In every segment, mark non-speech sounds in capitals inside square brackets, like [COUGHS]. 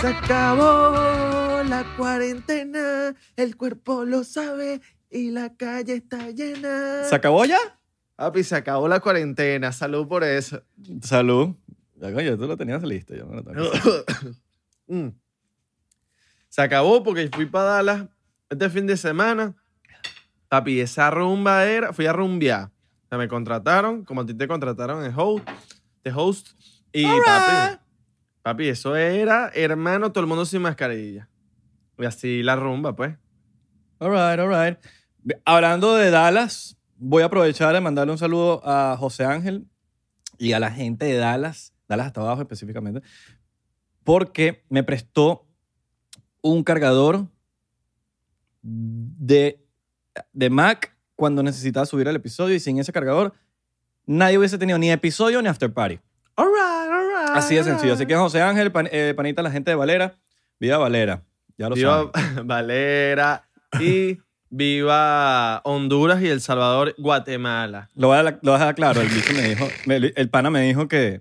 se acabó la cuarentena, el cuerpo lo sabe y la calle está llena. ¿Se acabó ya? Papi, se acabó la cuarentena, salud por eso. Salud. Ya, coño, tú lo tenías listo. Yo me lo tengo que hacer. [COUGHS] Mm. Se acabó porque fui para Dallas este fin de semana. Papi, esa rumba era. Fui a rumbear. O sea, me contrataron, como a ti te contrataron en host, de host. Y papi, papi, eso era, hermano, todo el mundo sin mascarilla. Y así la rumba, pues. [LAUGHS] All right, all right. Hablando de Dallas, voy a aprovechar de mandarle un saludo a José Ángel y a la gente de Dallas, Dallas hasta abajo específicamente, porque me prestó un cargador de, de Mac cuando necesitaba subir el episodio y sin ese cargador nadie hubiese tenido ni episodio ni after party. All right, all right. Así de sencillo. Así que José Ángel, pan- eh, panita, la gente de Valera, viva Valera. Ya lo saben. Viva [LAUGHS] Valera y viva Honduras y El Salvador, Guatemala. Lo voy a, lo voy a dejar claro. El bicho me dijo, me- el pana me dijo que,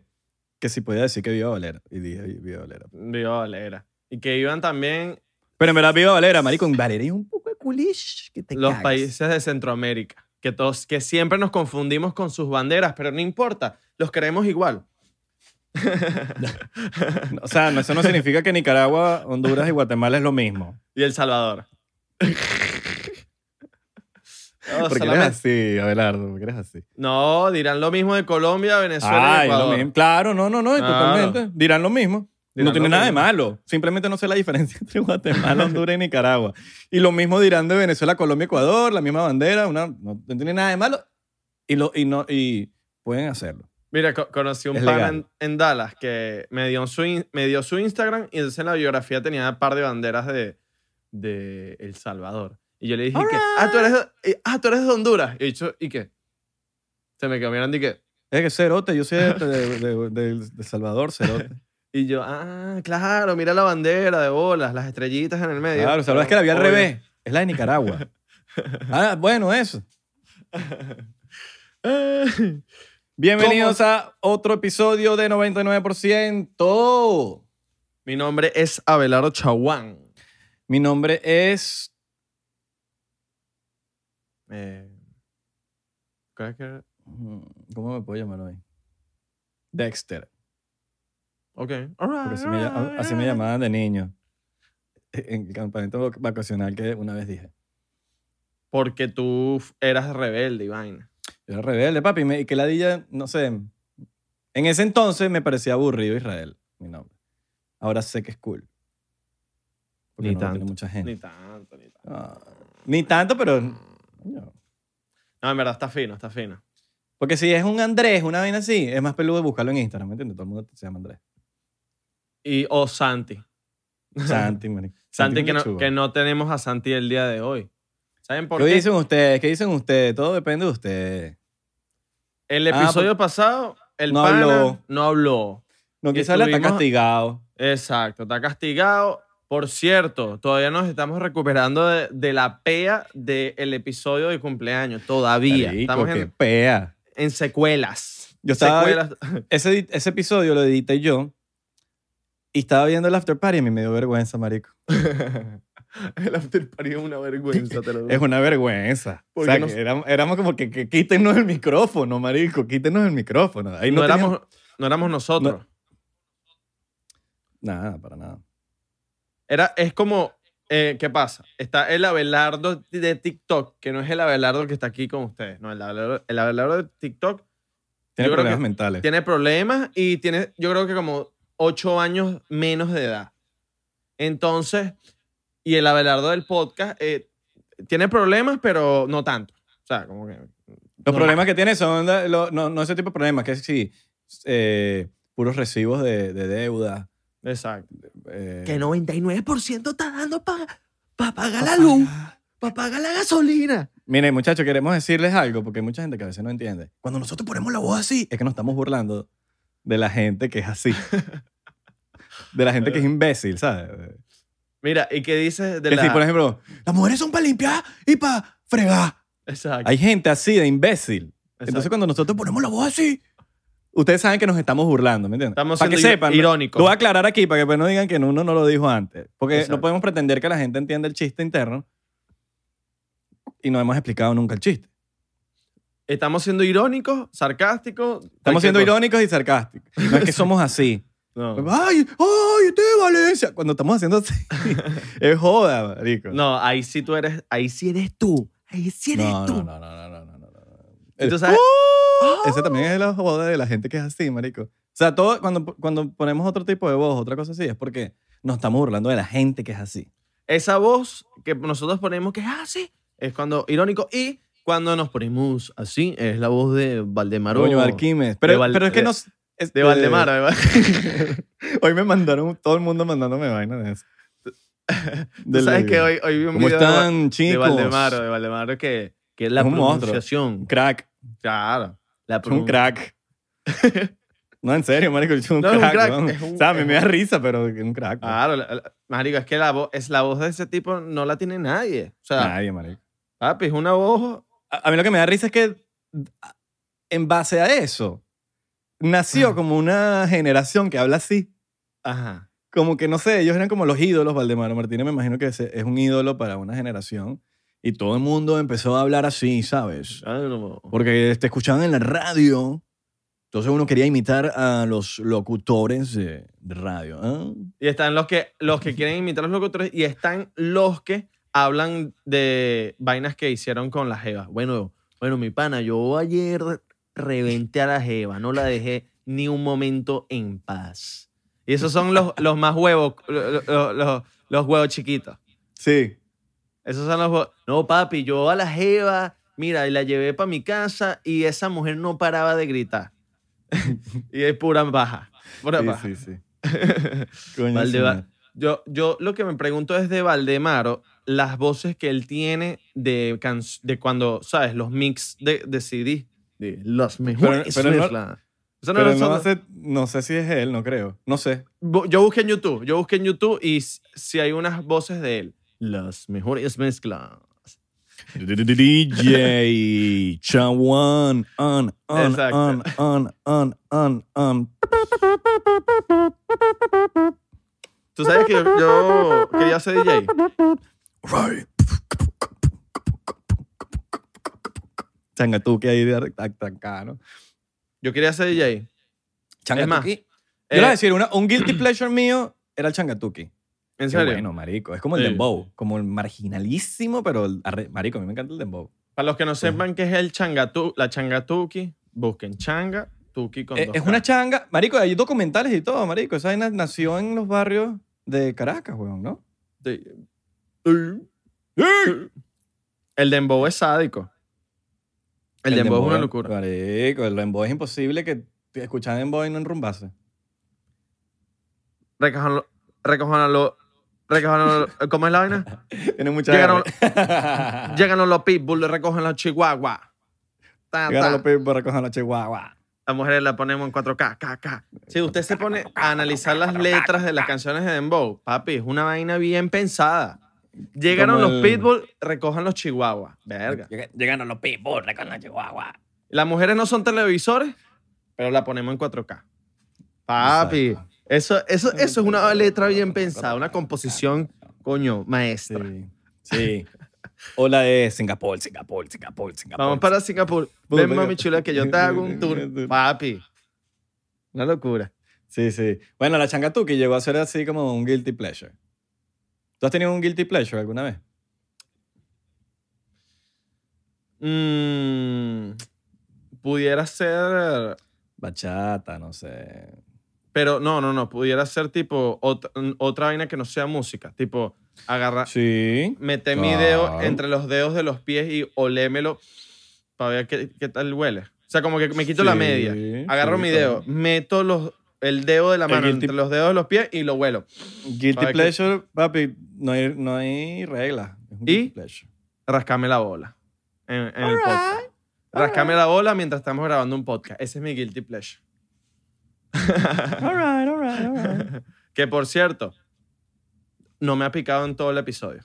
que si podía decir que viva Valera. Y dije, viva Valera. Viva Valera. Y que iban también Pero en verdad, viva Valera, marico. En Valera hay un poco de culish que te los cagas. países de Centroamérica, que, todos, que siempre nos confundimos con sus banderas, pero no importa, los queremos igual. O sea, no, eso no significa que Nicaragua, Honduras y Guatemala es lo mismo. Y El [LAUGHS] Salvador. no, Porque eres solamente- así, Abelardo, porque eres así. no, dirán lo mismo de Colombia, Venezuela Ay, y Ah, lo Ecuador. mismo. Claro, no, no, no, Claro. totalmente. Dirán lo mismo. Dirán no tiene lo nada mismo. de malo. Simplemente no sé la diferencia entre Guatemala, Honduras y Nicaragua. Y lo mismo dirán de Venezuela, Colombia, Ecuador, la misma bandera, una, no, no tiene nada de malo. Y, lo, y, no, y pueden hacerlo. Mira, co- conocí un Es pana legal. en, en Dallas que me dio, su, in- me dio su Instagram y entonces en la biografía tenía un par de banderas de, de El Salvador. Y yo le dije, y que, ah, tú eres, de- eh, ah, tú eres de Honduras. Y, yo, ¿y qué? Se me quedó mirando y que, Es que cerote, yo soy de, de- de- de- de Salvador, [LAUGHS] cerote. y yo, ah, claro, mira la bandera de bolas, las estrellitas en el medio. Claro, o sea, es que la vi al Obvio. revés. Es la de Nicaragua. Ah, bueno, eso. Bienvenidos a otro episodio de 99%. [LAUGHS] Mi nombre es Abelardo Chaguán. Mi nombre es... Eh, ¿cuál es que era? mm, ¿Cómo me puedo llamar hoy? Dexter. Ok, all right, Porque así all me, right, lla- así all me right. llamaban de niño. E, En el campamento vac- vacacional que una vez dije. Porque tú f- eras rebelde y vaina. Yo era rebelde, papi. y me- Y que ladilla, no sé. En ese entonces me parecía aburrido Israel, mi nombre. Ahora sé que es cool. Porque Ni no lo tiene tanto, mucha gente. Ni tanto, ni tanto. Ah, ni tanto, pero. coño. No, en verdad está fino, está fino. Porque si es un Andrés, una vaina así, es más peludo buscarlo en Instagram, ¿me entiendes? Todo el mundo se [LAUGHS] llama Andrés. Y o Santi. Santi, marico. Santi que no, Lechuga. que no tenemos a Santi el día de hoy. ¿Saben por ¿Qué qué? dicen ustedes? ¿Qué dicen ustedes? Todo depende de ustedes. El Ah, episodio pasado, el No pana habló. pues no habló. No, Y quizás hablar está estuvimos- castigado. Exacto, está castigado. Por cierto, todavía nos estamos recuperando de, de la pea del episodio de cumpleaños. Todavía. Marico, estamos qué en, pea. en secuelas. Yo estaba- Secuelas. Ese, edit- ese episodio lo edité yo y estaba viendo el after party y a mí me dio vergüenza, marico. [LAUGHS] el after party es una vergüenza, [LAUGHS] te lo digo. Es una vergüenza. O Porque sea, nos- que éramos, éramos como que, que quítenos el micrófono, marico, quítenos el micrófono. Ahí no, no, teníamos- éramos, no éramos nosotros. No- Nada, para nada. Era, es como, eh, ¿qué pasa? Está el Abelardo de TikTok, que no es el Abelardo que está aquí con ustedes. No, el Abelardo, el Abelardo de TikTok Tiene Yo creo problemas que mentales. tiene problemas y tiene, yo creo que como ocho años menos de edad. Entonces, y el Abelardo del podcast eh, tiene problemas, pero no tanto. O sea, como que... Los No. problemas que tiene son, de- lo- no, no ese tipo de problemas, que es sí, eh, puros recibos de, de deuda. Exacto. eh, que 99% está dando para pagar la luz, para pagar la gasolina. Miren, muchachos, queremos decirles algo, porque hay mucha gente que a veces no entiende. Cuando nosotros ponemos la voz así, es que nos estamos burlando de la gente que [LAUGHS] es así. De la gente que es imbécil, ¿sabes? Mira, ¿y qué dices de que la...? si, por ejemplo, Las mujeres son para limpiar y para fregar. Exacto. hay gente así de imbécil. Entonces, exacto. cuando nosotros Ponemos ponemos la voz así. ustedes saben que nos estamos burlando, ¿me entiendes? Estamos para que siendo ir- sepan, ¿no? irónicos. Lo voy a aclarar aquí para que después no digan que uno no lo dijo antes. Porque Exacto. no podemos pretender que la gente entienda el chiste interno y no hemos explicado nunca el chiste. Estamos siendo irónicos, sarcásticos. Estamos cualquier siendo cosa. irónicos y sarcásticos. No es [LAUGHS] que somos así. No. ¡Ay! ¡Ay! ¡Este de Valencia! Cuando estamos [LAUGHS] haciendo así, es joda, marico. No, ahí sí tú eres, ahí sí eres tú. Ahí sí eres no, tú. ¡Ah! no, no, no, no, no, no, no, no. Y tú El- sabes- Ese también es la joda de la gente que es así, marico. O sea, todo, cuando, cuando ponemos otro tipo de voz, otra cosa así, es porque nos estamos burlando de la gente que es así. Esa voz que nosotros ponemos que es así, es cuando irónico. Y cuando nos ponemos así, es la voz de Valdemaro. Coño, Arquímedes. Pero, de Val- pero es que de- nos... es- eh, De Valdemar, además. [LAUGHS] Hoy me mandaron, todo el mundo mandándome vainas de eso. [LAUGHS] Tú Del- sabes que hoy, hoy vi un ¿Cómo video de Va- están, de, chicos? Valdemaro, de Valdemaro que, que es la Es un monstruo. pronunciación. Un crack. Claro. La Es pronun- un crack. [LAUGHS] No, en serio, marico, es un No, es un crack. crack, weón. es un- o sea, a mí es me un- Ah. da risa, pero es un crack. weón. Claro, la- la- marico, es que la voz, es la voz de ese tipo no la tiene nadie. O sea, Nadie, marico. papi, es una voz A, a mí lo que me da risa es que a- en base a eso nació como una generación que habla así. Ajá. Como que no sé, ellos eran como los ídolos. Valdemaro Martínez me imagino que ese es un ídolo para una generación. Y todo el mundo empezó a hablar así, ¿sabes? Porque te escuchaban en la radio. Entonces uno quería imitar a los locutores de, de radio. ¿ah? Y están los que, los que quieren imitar a los locutores y están los que hablan de vainas que hicieron con las jevas. Bueno, bueno, mi pana, yo ayer reventé a la jeva, no la dejé ni un momento en paz. Y esos son los, los más huevos, los, los- los- los huevos chiquitos. Sí. Esos son los huevos. No, papi, yo a la jeva, mira, y la llevé para mi casa y esa mujer no paraba de gritar. [LAUGHS] y es pura baja. Pura Sí, paja. sí, sí. [LAUGHS] Coño, Valdemar- sí, Yo, yo lo que me pregunto es de Valdemaro, las voces que él tiene de, can- de cuando, ¿sabes? Los mix de, de CD. De las mejores. pero no- mezclas. Eso no Pero lo no, son- sé- no sé si es él, no creo. No [LAUGHS] sé. Bu- Yo busqué en YouTube, yo busqué en YouTube y s- si hay unas voces de él. Las mejores mezclas. DJ Chawan on on Exacto. on on on on on Tú sabes que yo, yo quería ser DJ. Changatuki ahí de ar- ac- acá, ¿no? Yo quería ser DJ. Changatuki. Yo Eh, le voy a decir, una- un guilty pleasure mío era el Changatuki. en Qué serio. bueno, marico. Es como el Sí. dembow. Como el marginalísimo, pero el arre- marico, a mí me encanta el dembow. Para los que no sepan qué es el changatu, la changatuki, busquen changa, tuki con Eh, dos es K. una changa. Marico, hay documentales y todo, marico. Esa vaina nació en los barrios de Caracas, weón, ¿no? De- El dembow es sádico. El, dembow, es una locura. Marico, el dembow es imposible que te- escuchar dembow y no enrumbase. [LAUGHS] Recojanlo, recojanlo, recojanlo- ¿Cómo es la [LAUGHS] vaina? Tiene mucha Llegaron- [LAUGHS] R. Llegan los pitbulls, le recogen los chihuahuas. Ta, Llegaron ta. los pibos para recoger la chihuahua. Las mujeres la ponemos en 4K, KK. Si usted se pone a analizar las letras de las canciones de Dembow, papi, es una vaina bien pensada. Llegaron Como los el- pitbulls, recojan los chihuahuas. Verga. Llega- Llegaron los pibos, recogen la chihuahua. Las mujeres no son televisores, pero la ponemos en 4K. Papi, Exacto. eso, eso, eso es una letra bien pensada, una composición, coño, maestra. Sí. Sí. O la de Singapur, Singapur, Singapur, Singapur. Vamos para Singapur. Puta Ven, mami que- chula, que yo te hago un [LAUGHS] tour. Papi. Una locura. Sí, sí. Bueno, la changatuki llegó a ser así como un guilty pleasure. ¿Tú has tenido un guilty pleasure alguna vez? Mm, pudiera ser... Bachata, no sé. Pero no, no, no. Pudiera ser tipo ot- otra vaina que no sea música. Tipo, agarrar... Sí. Meter mi dedo Claro. entre los dedos de los pies y olémelo para ver qué, qué tal huele. O sea, como que me quito la Sí, media. Agarro sí, mi dedo, claro. meto los, el dedo de la El mano guilty- entre los dedos de los pies y lo huelo. Guilty Para que- pleasure, papi, no hay, no hay regla. Es un ¿Y? guilty pleasure. Rascame la bola. En, en el Alright, podcast. Rascame la bola mientras estamos grabando un podcast. Ese es mi guilty pleasure. Alright, [LAUGHS] alright, alright. Que por cierto, no me ha picado en todo el episodio.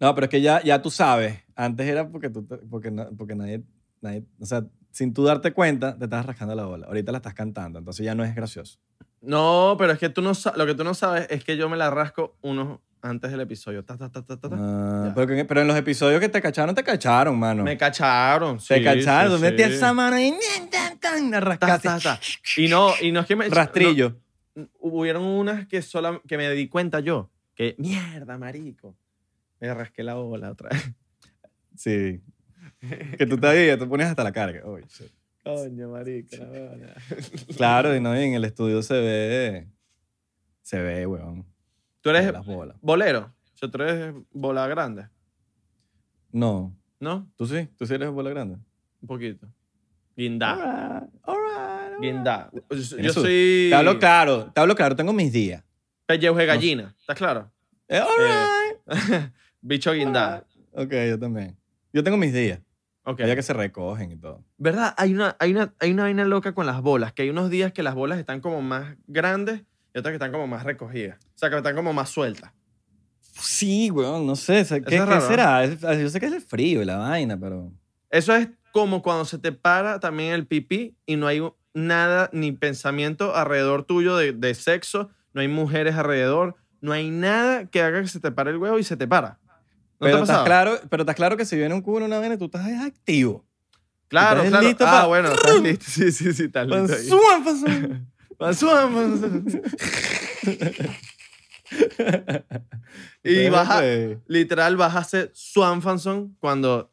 No, pero es que ya, ya tú sabes. Antes era porque, tú, te- porque, na- porque nadie, nadie. O sea, sin tú darte cuenta, te estás rascando la bola. Ahorita la estás cantando, entonces ya no es gracioso. No, pero es que tú no sa- lo que tú no sabes es que yo me la rasco unos antes del episodio. Ta, ta, ta, ta, ta, ta. Ah, Ya. pero, que- pero en los episodios que te cacharon, te cacharon, mano. Me cacharon. te sí, cacharon, sí, tú metías sí. esa mano y ñan, tan, tan, la Ta, rascaste. ta, ta. Y no, y no es que me. Rastrillo. no, hubieron unas que, sola, que me di cuenta yo. Que mierda, marico. Me rasqué la bola otra [LAUGHS] vez. [LAUGHS] Sí. Que tú te ya te pones hasta la carga. Uy, sí. Coño, marico. la bola. Claro, y no, y en el estudio se ve. Se ve, weón. Tú eres Las bolas. bolero. O sea, tú eres bola grande. No. ¿No? ¿Tú sí? ¿Tú sí eres bola grande? Un poquito. Guindá. All right, all right, all right. Guindá. Yo yo Tienes su- soy. Te hablo claro, te hablo claro, tengo mis días. Pellejo de gallina. ¿Estás claro? [LAUGHS] Eh, all Eh, right. Bicho guindá. Ok, yo también. Yo tengo mis días. Ok. Hay que se recogen y todo. ¿Verdad? Hay una, hay, una, hay una vaina loca con las bolas, que hay unos días que las bolas están como más grandes y otras que están como más recogidas. O sea, que están como más sueltas. Sí, weón, no sé. o sea, ¿Qué, Eso es qué raro, será? Es- Yo sé que es el frío y la vaina, pero. Eso es como cuando se te para también el pipí y no hay nada ni pensamiento alrededor tuyo de, de sexo, no hay mujeres alrededor, no hay nada que haga que se te pare el huevo y se te para. ¿No te Pero ha estás pasado? claro, pero estás claro que si viene un culo una vaina, tú estás activo. claro, estás claro. listo ah, pa- Pues, bueno, [LAUGHS] estás listo. Sí, sí, sí, estás listo. ahí. Panzúa, [LAUGHS] panzúa. Pasúa, pasúa. y vas a, Espérate. literal vas a ser Swan Fanson cuando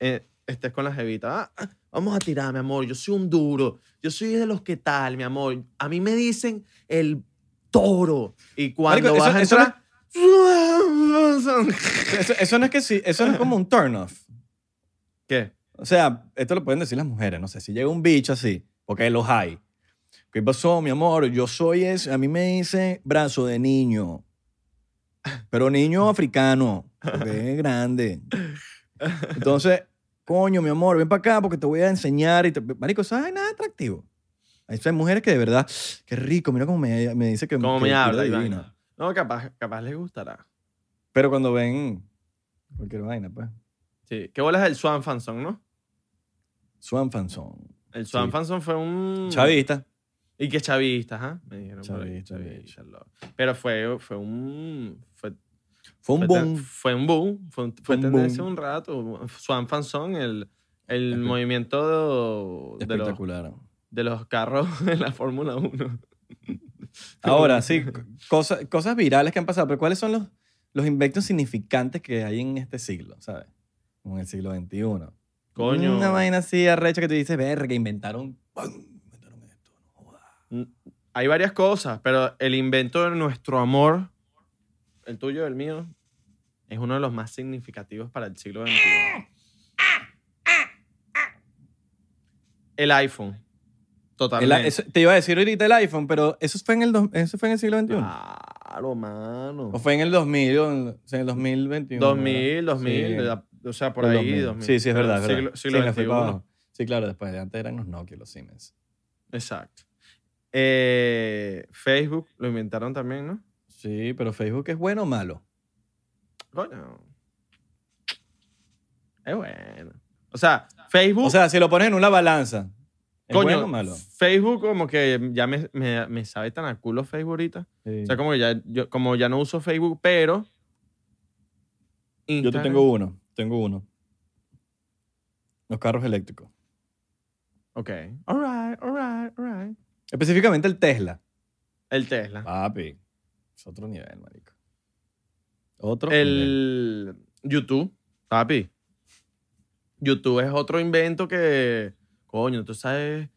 eh, estés con la jevita. Ah, ah, vamos a tirar, mi amor. Yo soy un duro. Yo soy de los que tal, mi amor. A mí me dicen el toro. Y cuando Marico, vas eso- a eso entrar... Swan Fanson. Eso, eso no es que sí, eso no es como un turn off. ¿Qué? O sea, esto lo pueden decir las mujeres, no sé, si llega un bicho así, porque los hay. ¿Qué pasó, mi amor? Yo soy es, a mí me dice brazo de niño. Pero niño africano, porque es grande. Entonces, coño, mi amor, ven para acá porque te voy a enseñar. Y te- marico, eso no es nada atractivo. Hay hay mujeres que de verdad, qué rico, mira cómo me, me dice que Como que- me que habla, divino. Iván. No, capaz, capaz les gustará. Pero cuando ven cualquier vaina, pues. Sí. ¿Qué bolas el Swan Fanson, no? Swan Fanson. El Swan Sí. Fanson fue un... Chavista. Y que chavista, ajá. Me dijeron por ahí, Chavista, bicho. chavista, loco. Pero fue, fue un... Fue Fue un fue te- boom. Fue un boom. Fue, un- fue un tendencia boom. un rato. Swan Fanson, el, el Espe- movimiento de, de los, Espectacular. de los carros [LAUGHS] en la Fórmula 1. [LAUGHS] Ahora, sí, co- cosas, cosas virales que han pasado, pero ¿cuáles son los, los inventos significantes que hay en este siglo, ¿sabes? Como en el siglo XXI. Coño. Una vaina así arrecha que tú dices, verga, inventaron. ¡pum! Inventaron esto, no joda. Hay varias cosas, pero el invento de nuestro amor, el tuyo, el mío, es uno de los más significativos para el siglo XXI. El iPhone. El Totalmente. i- eso- te iba a decir ahorita el iPhone, pero eso fue en el, dos- eso fue en el siglo XXI. Claro, mano. ¿O fue en el 2000 o en, o sea, en el 2021? 2000, ¿verdad? 2000, Sí. la- o sea, por Fue el ahí, 2000. Sí, sí, es Pero verdad. es Siglo, verdad. siglo Sí, me fui para XXI. abajo. Sí, claro, después de antes eran los Nokia, los Siemens. Exacto. Eh, Facebook lo inventaron también, ¿no? Sí, pero Facebook es bueno o malo. Coño. Es bueno. O sea, Facebook. O sea, si lo pones en una balanza, ¿es Uh. coño, bueno o malo? Facebook como que ya me, me- me sabe tan a culo Facebook ahorita. Sí. O sea, como que ya, yo, como ya no uso Facebook, pero. Yo te Instagram- tengo uno, tengo uno. Los carros eléctricos. Ok. All right, all right, all right. Específicamente el Tesla. El Ah, Tesla. Papi, es otro nivel, marico. Otro nivel. El YouTube, papi. YouTube es otro invento que. Coño, tú sabes.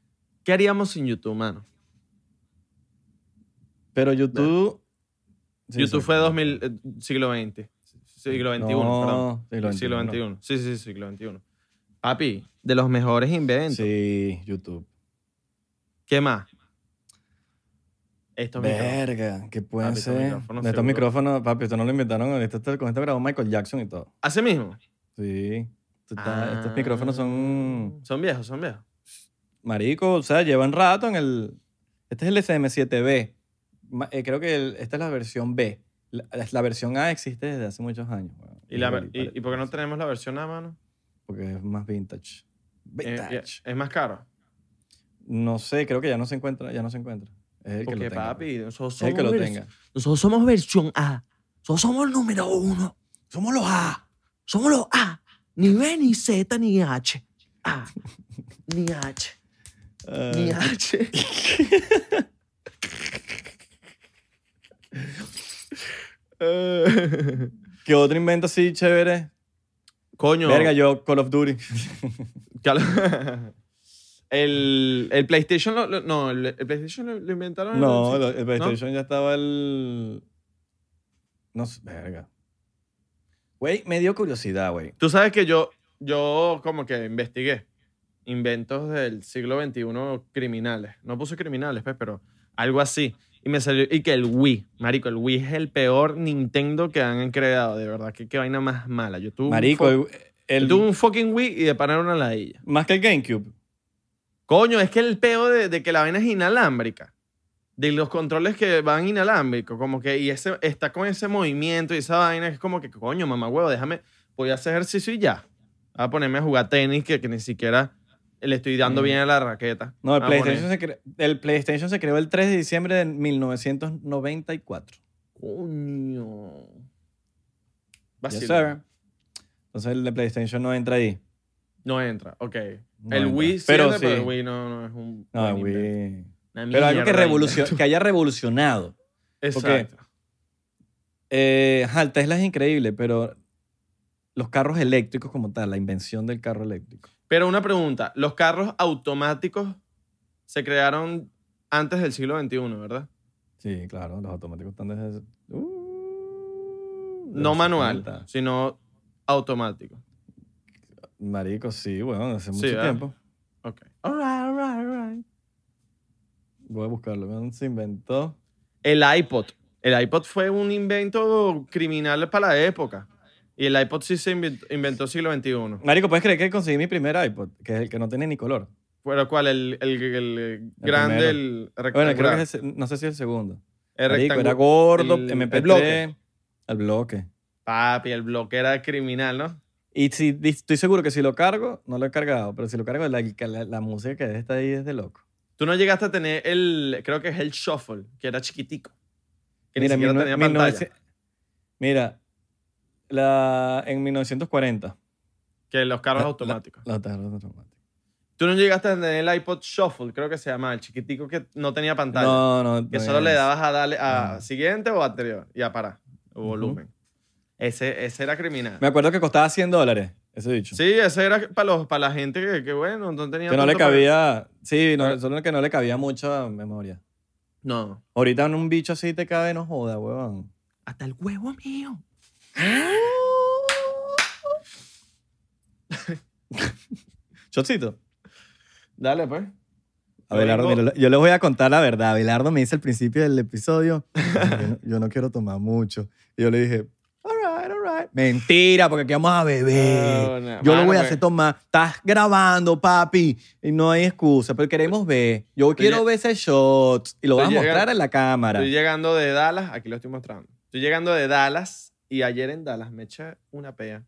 ¿Qué haríamos sin YouTube, mano? Pero YouTube... Sí, YouTube sí, fue sí. 2000, eh, siglo XX. Siglo XXI, No, perdón. Siglo XXI. siglo XXI. Sí, sí, siglo XXI. Papi, de los mejores inventos. Sí, YouTube. ¿Qué más? Estos micrófonos. Verga, que pueden Papi, estos ser. micrófonos estos seguro. micrófonos, papi, esto no lo inventaron. Esto, está- con esto grabó Michael Jackson y todo. ¿Así mismo? Sí. Esto está- Ah. Estos micrófonos son Son viejos, son viejos. marico, o sea, llevan rato en el. Este es el SM7B. Ma- eh, creo que el- esta es la versión B. La, la versión A existe desde hace muchos años. weón. ¿Y, la, ver- pare- y, y por qué no tenemos la versión a mano? Porque es más vintage. Eh, vintage. y- es más caro. No sé, creo que ya no se encuentra, ya no se encuentra. Es el que lo Porque, tenga. papi, nosotros es el que lo somos- [LAUGHS] tenga. Nosotros somos versión A. Nosotros somos el número uno. Somos los A. Somos los A. Ni B, ni Z, ni H. [LAUGHS] A. Ni H. Ni Eh, [LAUGHS] H. ¿Qué otro invento así chévere? Eh. [LAUGHS] Coño. Verga, yo Call of Duty. Cal- [LAUGHS] el, el PlayStation, lo- lo- no, el, el PlayStation lo, lo Ah, inventaron. no, sí. lo- el PlayStation ya estaba el... No sé, verga. Güey, me dio curiosidad, güey. Tú sabes que yo, yo como que investigué inventos del siglo XXI criminales. No puse criminales, pues, pero algo así. Y me salió, y que el Wii, marico, el Wii es el peor Nintendo que han creado, de verdad. Qué, qué vaina más mala. Yo tuve un Marico, fo- el, yo tuve un fucking Wii y de parar una ladilla. más que el GameCube. Coño, es que el peo de, de que la vaina es inalámbrica. De los controles que van inalámbricos, como que, y ese, está con ese movimiento y esa vaina, es como que, coño, mamá huevo, déjame, voy a hacer ejercicio y ya. A ponerme a jugar tenis, que, que ni siquiera le estoy dando Mm. bien a la raqueta. No, el A PlayStation, poner- se cre- el PlayStation se creó el 3 de diciembre de 1994. Coño. Yes, Vacilo. sir. Entonces el de PlayStation no entra ahí. No entra, ok. No el entra. Wii sí pero entra, sí. pero el Wii no, no es un. No, el buen invento. Wii. Una Pero algo que, mierda de revolucion- [LAUGHS] invento. que haya revolucionado. Exacto. Eh, ajá, el Tesla es increíble, pero los carros eléctricos como tal, la invención del carro eléctrico. Pero una pregunta, los carros automáticos se crearon antes del siglo XXI, ¿verdad? Sí, claro, los automáticos están desde... Uh, de No los manual, 70. sino automático. Marico, sí, bueno, hace mucho ¿verdad? tiempo. Ok. Voy a buscarlo. weón, Se inventó. El iPod. El iPod fue un invento criminal para la época. Y el iPod sí se inventó, inventó siglo XXI. Marico, ¿puedes creer que conseguí mi primer iPod? Que es el que no tiene ni color. ¿Pero cuál? El, el, el grande, el Bueno, rectangular. creo que es el se- no sé si es el segundo. el Marico, era rectangular. gordo, el- MP3. el bloque. Al bloque. Papi, el bloque era criminal, ¿no? Y si, di- estoy seguro que si lo cargo, no lo he cargado, pero si lo cargo, la, la- la música que está ahí es de loco. Tú no llegaste a tener el, creo que es el shuffle, que era chiquitico. Que ni siquiera mil nue- tenía mil pantalla. novece- mira, la, en 1940. Que los carros La- la- automáticos. La tarde automática. Tú no llegaste a tener el iPod Shuffle, creo que se llama, el chiquitico que no tenía pantalla. No, no. que no solo era le ese. dabas a darle a Ah. siguiente o anterior y a parar. o Ujú. Volumen. ese, ese era criminal. Me acuerdo que costaba 100 dólares, ese dicho. Sí, ese era para los para la gente que, que, bueno, no tenía. Que no le tanto para- cabía. Sí, no, Pero- solo que no le cabía mucha memoria. No. Ahorita en un bicho así te cabe, no joda, huevón. Hasta el huevo mío. [LAUGHS] Chocito. Dale, pues. Abelardo, vengo- mira, yo les voy a contar la verdad. Abelardo me dice al principio del episodio, yo, no, yo no quiero tomar mucho. Y yo le dije, all right, all right. Mentira, porque aquí vamos a beber. No, Ah, no, yo lo mano, voy pues. a hacer tomar. Estás grabando, papi. Y no hay excusa, pero queremos ver. Yo quiero lleg- ver ese shot. Y lo Estoy vas a mostrar llegando- en la cámara. Estoy llegando de Dallas, aquí lo estoy mostrando. Estoy llegando de Dallas y ayer en Dallas me eché una pea.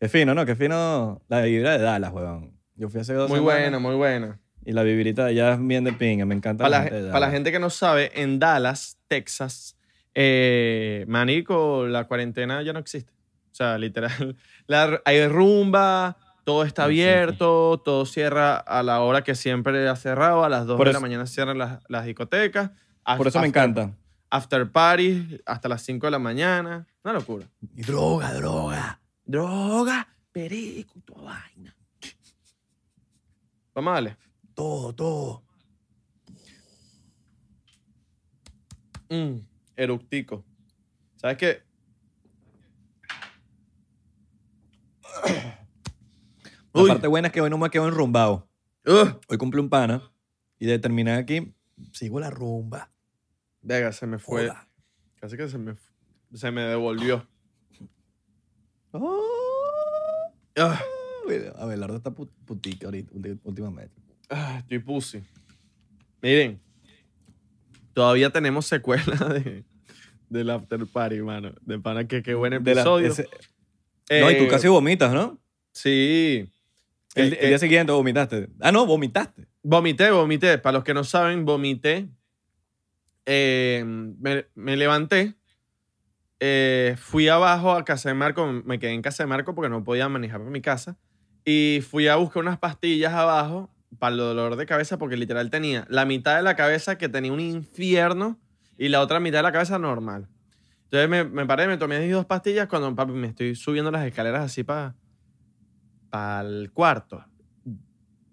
Qué fino, ¿no? Qué fino la vibra de Dallas, huevón. Yo fui hace dos Muy semanas buena, muy buena. Y la vibrita de allá es bien de pinga. Me encanta Para la, gente de gen- para Dallas. la gente que no sabe, en Dallas, Texas, eh, Manico, la cuarentena ya no existe. O sea, literal, [LAUGHS] la- hay rumba, todo está No existe. abierto, todo cierra a la hora que siempre ha cerrado, a las 2 Por de la eso- mañana cierran las, las discotecas. Por eso me After- encanta. After parties hasta las 5 de la mañana. Una locura. Y droga, droga. Droga, perico, y toda vaina. Vamos a darle. Todo, todo. Mm, eructico. ¿Sabes [COUGHS] qué? La Uy. parte buena es que hoy no me quedo enrumbado. Ugh. Hoy cumple un pana y de terminar aquí, Sigo la rumba. Venga, se me fue. Joda. Casi que se me, se me devolvió. ¡oh! Ah, Abelardo está put- putica ahorita, ulti- últimamente. ah, estoy pussy. Miren, todavía tenemos secuela [LAUGHS] de, del After Party, mano. De pana, que qué buen De la- episodio. ese- no, y tú Eh, casi vomitas, ¿no? Sí. El, Eh, el día siguiente vomitaste. Ah, no, vomitaste. Vomité, vomité. Para los que no saben, vomité. Eh, me, me levanté. Eh, fui abajo a casa de Marco. Me quedé en casa de Marco porque no podía manejar para mi casa. Y fui a buscar unas pastillas abajo para el dolor de cabeza porque literal tenía la mitad de la cabeza que tenía un infierno y la otra mitad de la cabeza normal. Entonces me, me paré, me tomé mis dos pastillas cuando papi, me estoy subiendo las escaleras así para el cuarto.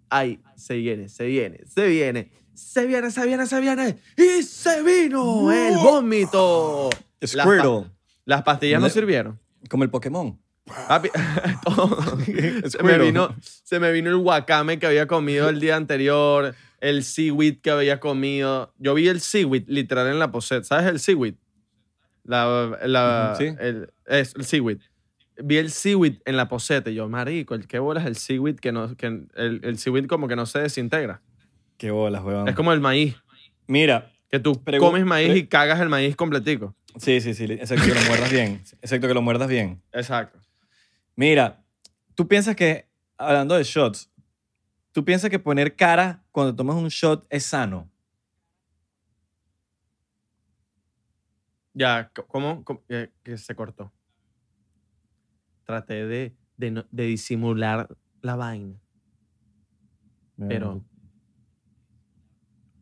Ay, se viene, se viene, se viene. Se viene, se viene, se viene. Y se vino el vómito. Las pa- Squirtle. Las pastillas no Le- sirvieron. Como el Pokémon. Papi, [LAUGHS] [LAUGHS] todo. se, me Squirtle. vino, se me vino el wakame que había comido el día anterior, el seaweed que había comido. Yo vi el seaweed literal en la poset. ¿Sabes el seaweed? La, la- Ujú, sí. el, es, el seaweed. Vi el seaweed en la poseta. Y yo, marico, ¿el qué bolas el seaweed que no, que el, el seaweed como que no se desintegra? Qué bolas, huevón. Es como el maíz. Mira, Que tú Pregu- comes maíz Ah. pre- y cagas el maíz completico. sí, sí, sí, excepto que lo muerdas bien. Excepto que lo muerdas bien. Exacto. Mira, tú piensas que, hablando de shots, tú piensas que poner cara cuando tomas un shot es sano. Ya, c- ¿cómo? cómo- que, que se cortó. Traté de, de, no- de disimular la vaina, pero...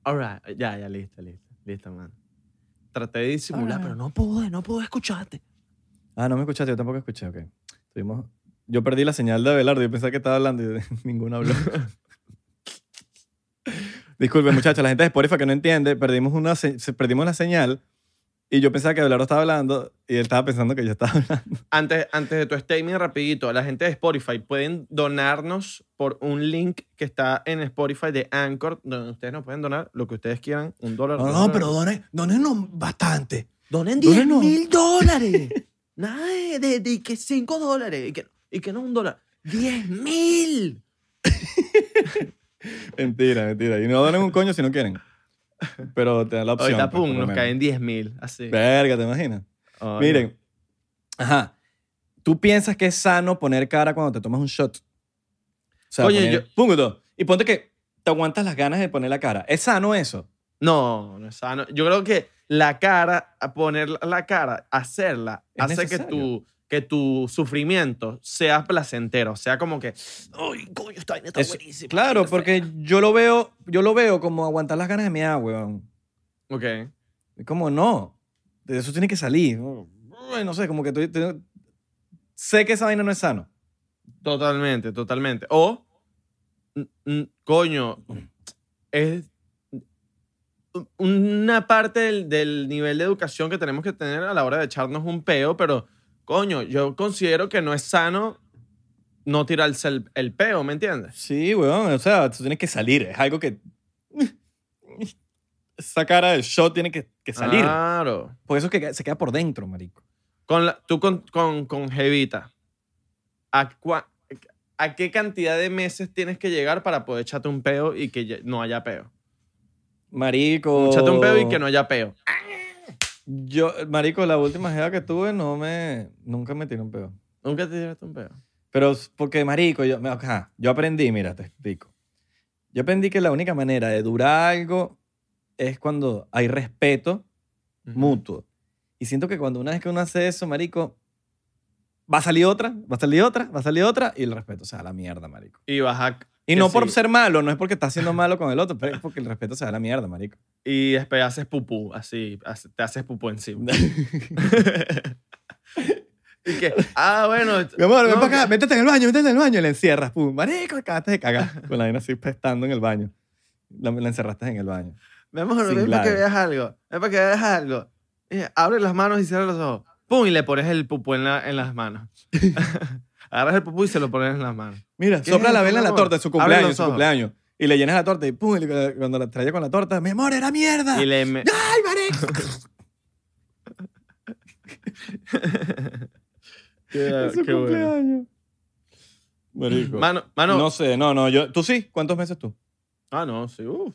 All right. Ya, ya, listo, listo. Listo, man. Traté de disimular, Alright. pero Pero no. no pude, no pude escucharte. Ah, no me escuchaste, yo tampoco escuché, ok. Tuvimos... Yo perdí la señal de Abelardo, yo pensaba que estaba hablando y [LAUGHS] ninguno habló. Disculpe, muchachos, la gente de Spotify que no entiende, perdimos, una se- se- perdimos la señal y yo pensaba que Abelardo estaba hablando y él estaba pensando que yo estaba hablando. Antes, antes de tu statement, rapidito, la gente de Spotify pueden donarnos por un link que está en Spotify de Anchor, donde ustedes nos pueden donar lo que ustedes quieran, un dólar. No, dos no, dólares. pero donen, no bastante. Donen 10 Bueno. mil dólares. Nada de, de- de que 5 dólares. Y que, y que no un dólar. 10 mil. Mentira, mentira. Y no donen un coño si no quieren. Pero te dan la opción. Ahorita, pues, por pum, lo nos menos. caen 10 mil. Así. Verga, ¿te imaginas? Ay, Miren, ajá. ¿Tú piensas que es sano poner cara cuando te tomas un shot? O sea, Oye, poner- punto. Y ponte que te aguantas las ganas de poner la cara. ¿Es sano eso? No, no es sano. Yo creo que la cara, a poner la cara, hacerla, Es hace que necesario. tu, que tu sufrimiento sea placentero, sea como que, Ay, coño, esta vaina está Es- buenísima. Claro, Está porque yo lo veo, yo lo veo como aguantar las ganas de mi agua, weón. ok, Es como no. De eso tiene que salir. Ay, No sé, como que estoy- estoy- sé que esa vaina no es sano. totalmente, totalmente. O, mm, mm, coño, es una parte del, del nivel de educación que tenemos que tener a la hora de echarnos un peo, pero, coño, yo considero que no es sano no tirarse el, el peo, ¿me entiendes? Sí, weón. O sea, tú tienes que salir. Es algo que. Esa cara del shot tiene que, que salir. Claro. Por eso es que se queda por dentro, marico. Con la- tú con, con, con Jevita, ¿a, cua- a qué cantidad de meses tienes que llegar para poder echarte un peo y que ya- no haya peo? Marico. Echarte un peo y que no haya peo. Yo, marico, la última jeva que tuve no me. Nunca me tiró un peo. Nunca te tiraste un peo. Pero es porque, marico, yo, ajá, yo aprendí, mira, te explico. Yo aprendí que la única manera de durar algo es cuando hay respeto mutuo. Y siento que cuando una vez que uno hace eso, marico, va a salir otra, va a salir otra, va a salir otra y el respeto se da a la mierda, marico. Y vas a- Y Que no por sí. ser malo, no es porque estás siendo malo con el otro, pero es porque el respeto se da a la mierda, [LAUGHS] marico. y después haces pupú, así, hace- te haces pupú encima. [LAUGHS] [LAUGHS] y que, ah, bueno. Mi amor, ven no, para acá, métete en el baño, métete en el baño. Y la encierras, pum, marico, acabaste de cagar. [LAUGHS] Con la vaina así pestando en el baño. La, la encerraste en el baño. Mi amor, Sin ven para que clave. veas algo. Ven para que veas algo. Y abre las manos y cierra los ojos. Pum, y le pones el pupú en, la- en las [LAUGHS] manos. [LAUGHS] Agarras el pupú y se lo pones en las manos. Mira, ¿Qué sopla es la eso, vela en la amor? torta, en su Abre cumpleaños, los su ojos. cumpleaños. Y le llenas la torta y pum, y cu- cuando la traía con la torta, mi amor, era mierda. Y le [LAUGHS] me- [LAUGHS] ¡Ay, marico! Qué, En su Ah, qué bueno. cumpleaños. Marico. Mano, mano. No sé, no, no, yo, tú sí, ¿cuántos meses tú? Ah, no, sí, uff.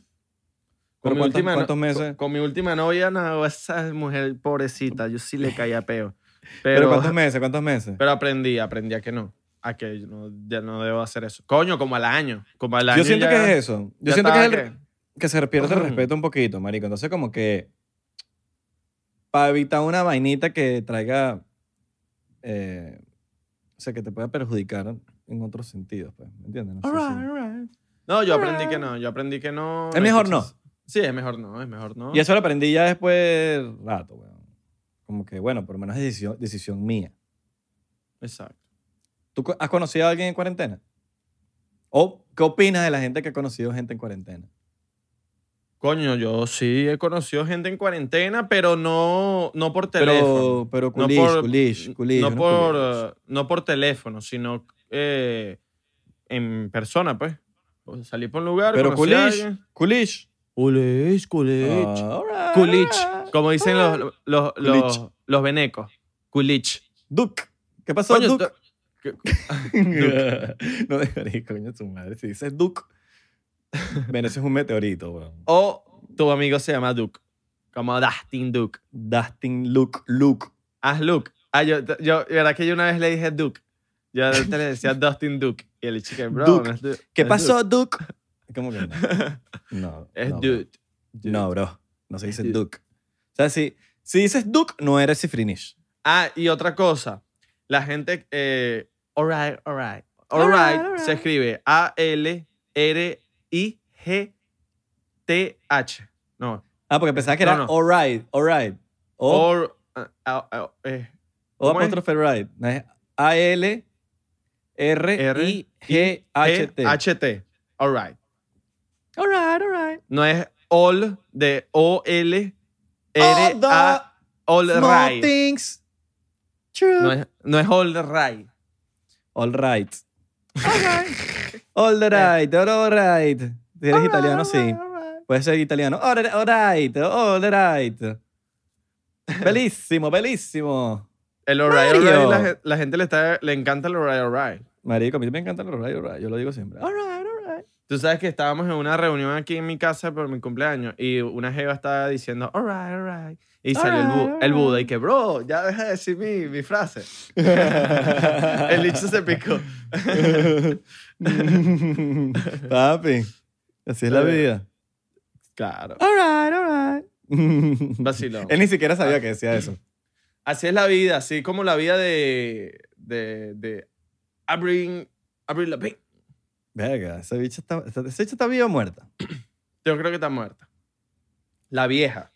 ¿Pero cuántos- no- cuántos meses? Con, con mi última novia, no, esa mujer pobrecita, yo sí le caía peo. Pero, [LAUGHS] Pero, ¿cuántos pero, meses? ¿Cuántos meses? aprendí, aprendí a que no. A a que yo no, ya no debo hacer eso. Coño, como al año. Como al año. Yo siento ya- que es eso. ya Yo siento que es estaba el, que se pierde el Ujú. respeto un poquito, marico. Entonces, como que para evitar una vainita que traiga, eh, o sea, que te pueda perjudicar en otros sentidos, pues, ¿me entiendes? No sé si- No, yo aprendí que no. Yo aprendí que no. Es mejor no. Sí, es mejor no. Es mejor no. Y eso lo aprendí ya después de rato, weón. Como que, bueno, por lo menos es decisión, decisión mía. Exacto. ¿Tú co- has conocido a alguien en cuarentena? ¿O qué opinas de la gente que ha conocido gente en cuarentena? Coño, yo sí he conocido gente en cuarentena, pero no, no por teléfono. Pero, pero no culish, por, culish, culish, no no por, culish. eh, no por teléfono, sino eh, en persona, pues. O salí por un lugar, Pero conocí a culish, alguien. culish. Culich, eh, culich. Ah, all right, all Culich, right. como dicen los, los, los, Culich. los venecos. Culich. Duke. ¿Qué pasó, Coño, [LAUGHS] Duke? [LAUGHS] no, dejaría, coño, tu madre. Si dices Duke, ven, ese es un meteorito, weón. O tu amigo se llama Duke. Como Dustin Duke. Dustin Luke, Luke. Haz Luke. Ah, yo, yo, verdad que yo una vez le dije Duke. Yo antes le decía [LAUGHS] Dustin Duke. Y el chico, bro, Duke. no es Duke, ¿Qué es pasó, Duke? [LAUGHS] ¿Cómo que no? No. Es no, dude. bro. No, bro. No se dice Dude. Duke. O sea, si, si dices Duke, no eres cifrinish. Ah, y otra cosa. La gente. Eh, alright, alright. Alright se escribe A-L-R-I-G-T-H. No. Ah, porque pensaba que era No, no. alright, alright. O, Or- ah, ah, ah, eh, o ¿cómo es? apóstrofe right. No, es A-L-R-I-G-H-T. H-T. Alright. Alright, alright. No es all de O-L. All R the A All Small right. things. True. No es, no es all right. All right. Eh. All right, all right. Si eres italiano, sí. Puedes ser italiano. All right, all right, all [LAUGHS] right. Bellísimo, bellísimo. El all right, all Mario. right, la, gen- la gente le, está, le encanta el all right, all right. Marico, a mí me encanta el all right, all right. Yo lo digo [LAUGHS] siempre. All right, all right. Tú sabes que estábamos en una reunión aquí en mi casa por mi cumpleaños y una jeva estaba diciendo, all right, all right. Y salió el, Bu- Alright, el alright. Buda y que, bro, ya deja de decir mi, mi [LAUGHS] frase. el bicho se picó. Papi, así Eh. es la vida. claro. All right, all right. Vacilón. Él ni siquiera sabía que decía eso. Así es la vida, así como la vida de. de. de. Abril. Abril Lavigne. Verga, esa bicha está, esa esa bicha está viva o muerta. Yo creo que está muerta. La vieja.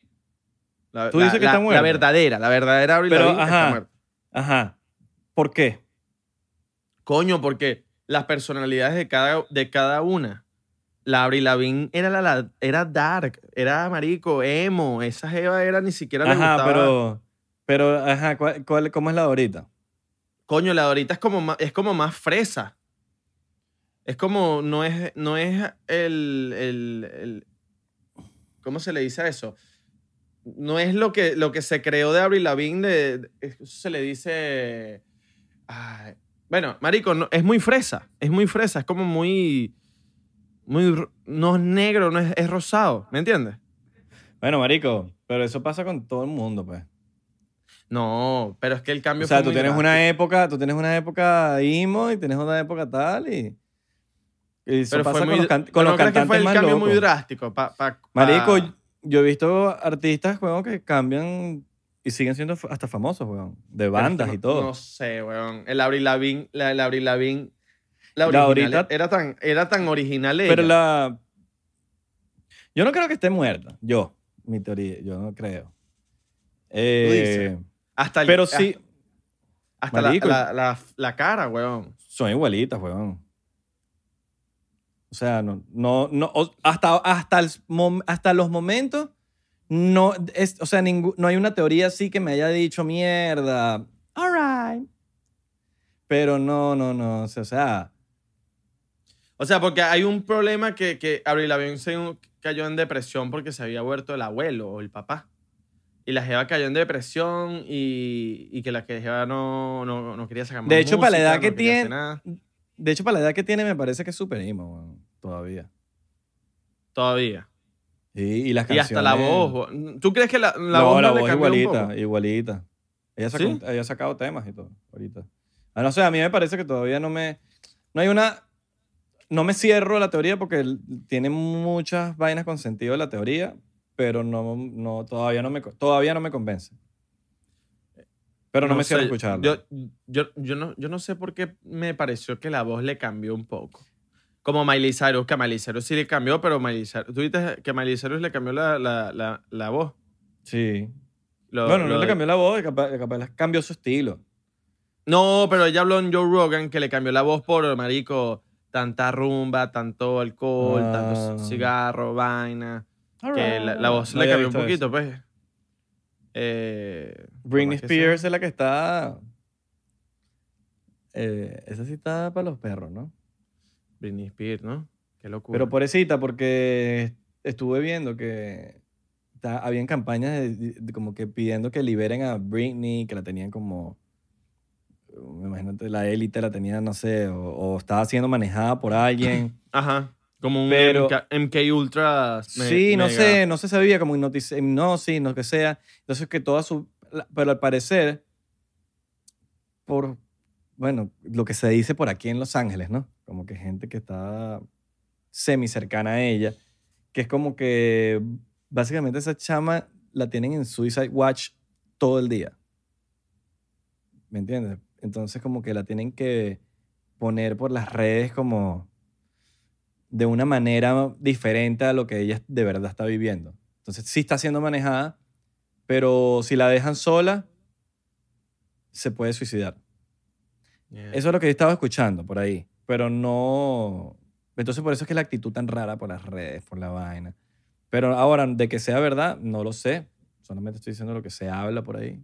La, Tú la- dices que la- está muerta. La verdadera, la verdadera Abril Pero, Lavigne está ajá. muerta. Ajá. ¿Por qué? Coño, porque las personalidades de cada, de cada una. La Avril Lavigne era, la, la- era dark, era marico, emo. Esa jeva era ni siquiera le Ajá, gustaba. pero, pero, ajá, ¿cuál, cuál- cómo es la de ahorita? Coño, la de ahorita es como más, es como más fresa. Es como, no es, no es el, el- el- ¿Cómo se le dice a eso? No es lo que, lo que se creó de Avril Lavigne, de, de- eso se le dice... ay, bueno, marico, no- es muy fresa, es muy fresa, es como muy... muy ro- no es negro, no es, es rosado, ¿me entiendes? Bueno, marico, pero eso pasa con todo el mundo, pues. No, pero es que el cambio O sea, fue tú muy tienes una drástico. época, tú tienes una época imo y tienes otra época tal y... y eso Pero pasa fue con muy... los, can- ¿pero E con los no crees cantantes que fue el más cambio locos. muy Ah. drástico. Pa, pa- pa- Marico, yo he visto artistas, weón, que cambian y siguen siendo fa- hasta famosos, weón. De bandas Pero y es que todo. No, no sé, weón. El Avril Lavigne, la, el Avril Lavigne, la La original, ahorita- era tan, era tan original ella. Pero la. Yo no creo que esté muerta. Yo, mi teoría, yo no creo. Eh, hasta el- pero hasta- sí, hasta la, marico. la- la- la cara, weón. son igualitas, weón. O sea, no, no, no o- hasta, hasta, el mom- hasta los momentos, no, es, o sea, ningú- no hay una teoría así que me haya dicho mierda. All right. Pero no, no, no, o sea, o sea, O sea, porque hay un problema que, que Avril Lavigne se cayó en depresión porque se había muerto el abuelo o el papá. Y la jeva cayó en depresión y, y que la que jeva no, no, no quería sacar más De hecho, para la música, edad que no quería hacer tiene- nada. de hecho, para la edad que tiene, me parece que es súper emo, weón, todavía. Todavía. Y, y las Y canciones. hasta la voz. weón. ¿Tú crees que la, la no, voz la no le voz cambió un igualita, poco? igualita. Ella, sacó- ¿Sí? ella ha sacado temas y todo, ahorita. Ah, No sé, a mí me parece que todavía no me... No hay una... No me cierro a la teoría porque l- tiene muchas vainas con sentido la teoría, pero no, no, todavía, no me, co- todavía no me convence. Pero no, me sé, cierro a escucharlo. Yo, yo, yo, no, yo no sé por qué me pareció que la voz le cambió un poco. Como Miley Cyrus, que a Miley Cyrus sí le cambió, pero Miley Cyrus, tú viste que a Miley Cyrus le cambió la, la, la, la voz. sí. Lo- bueno, lo no de- le cambió la voz, capaz, capaz cambió su estilo. No, pero ella habló en Joe Rogan que le cambió la voz por, marico, tanta rumba, tanto alcohol, Ah. tanto cigarro, vaina. Que la, la voz le cambió un poquito, pues. Eh, Britney más que sea. Spears es la que está... eh, esa sí está para los perros, ¿no? Britney Spears, ¿no? Qué locura. Pero pobrecita, porque estuve viendo que ta- habían campañas de- de- como que pidiendo que liberen a Britney, que la tenían como, me imagino, que la élite la tenía, no sé, o, o estaba siendo manejada por alguien. Ajá. Como un Pero- MK, MK Ultra. me- sí, no mega. sé, no se sabía, como hipnotis- hipnosis, no que sea. Entonces que toda su... la- Pero al parecer, por, bueno, lo que se dice por aquí en Los Ángeles, ¿no? Como que gente que está semi cercana a ella, que es como que básicamente esa chama la tienen en Suicide Watch todo el día. ¿Me entiendes? Entonces como que la tienen que poner por las redes como de una manera diferente a lo que ella de verdad está viviendo. Entonces sí está siendo manejada, pero si la dejan sola, se puede suicidar. Yeah. Eso es lo que yo estaba escuchando por ahí, pero no... Entonces por eso es que la actitud tan rara por las redes, por la vaina. Pero ahora, de que sea verdad, no lo sé. Solamente estoy diciendo lo que se habla por ahí.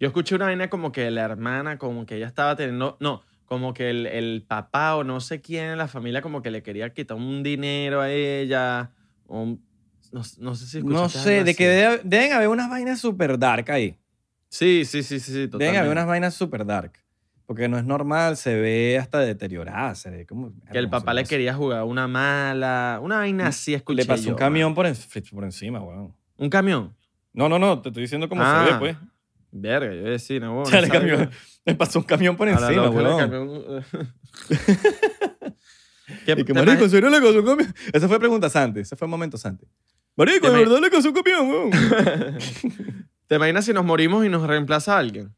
Yo escuché una vaina como que la hermana, como que ella estaba teniendo. No, como que el, el papá o no sé quién en la familia, como que le quería quitar un dinero a ella. o un- no, no sé si No escuchaste sé, algo de que así. debe- deben haber unas vainas super dark ahí. Sí, sí, sí, sí, sí. Deben haber totalmente. unas vainas super dark. Porque no es normal, se ve hasta deteriorada, se ve como... Que el papá le quería jugar una mala. Una vaina así, escuché. Mm, Le pasó yo, un camión por, en- por encima, weón. man. ¿Un camión? No, no, no, te estoy diciendo cómo Ah, [LAUGHS] se ve, pues. Verga, yo decía, no, [LAUGHS] O sea, no le, sabía. cambió- le pasó un camión por A [LAUGHS] la encima, loca le weón. cambió un- [LAUGHS] Y que, te marico, ¿en imag- serio le pasó un camión? [LAUGHS] Esa fue pregunta Santi, ese fue un momento Santi. Marico, Te ¿de me- verdad le pasó un [LAUGHS] camión, weón? ¿Te imaginas si nos morimos y nos reemplaza alguien?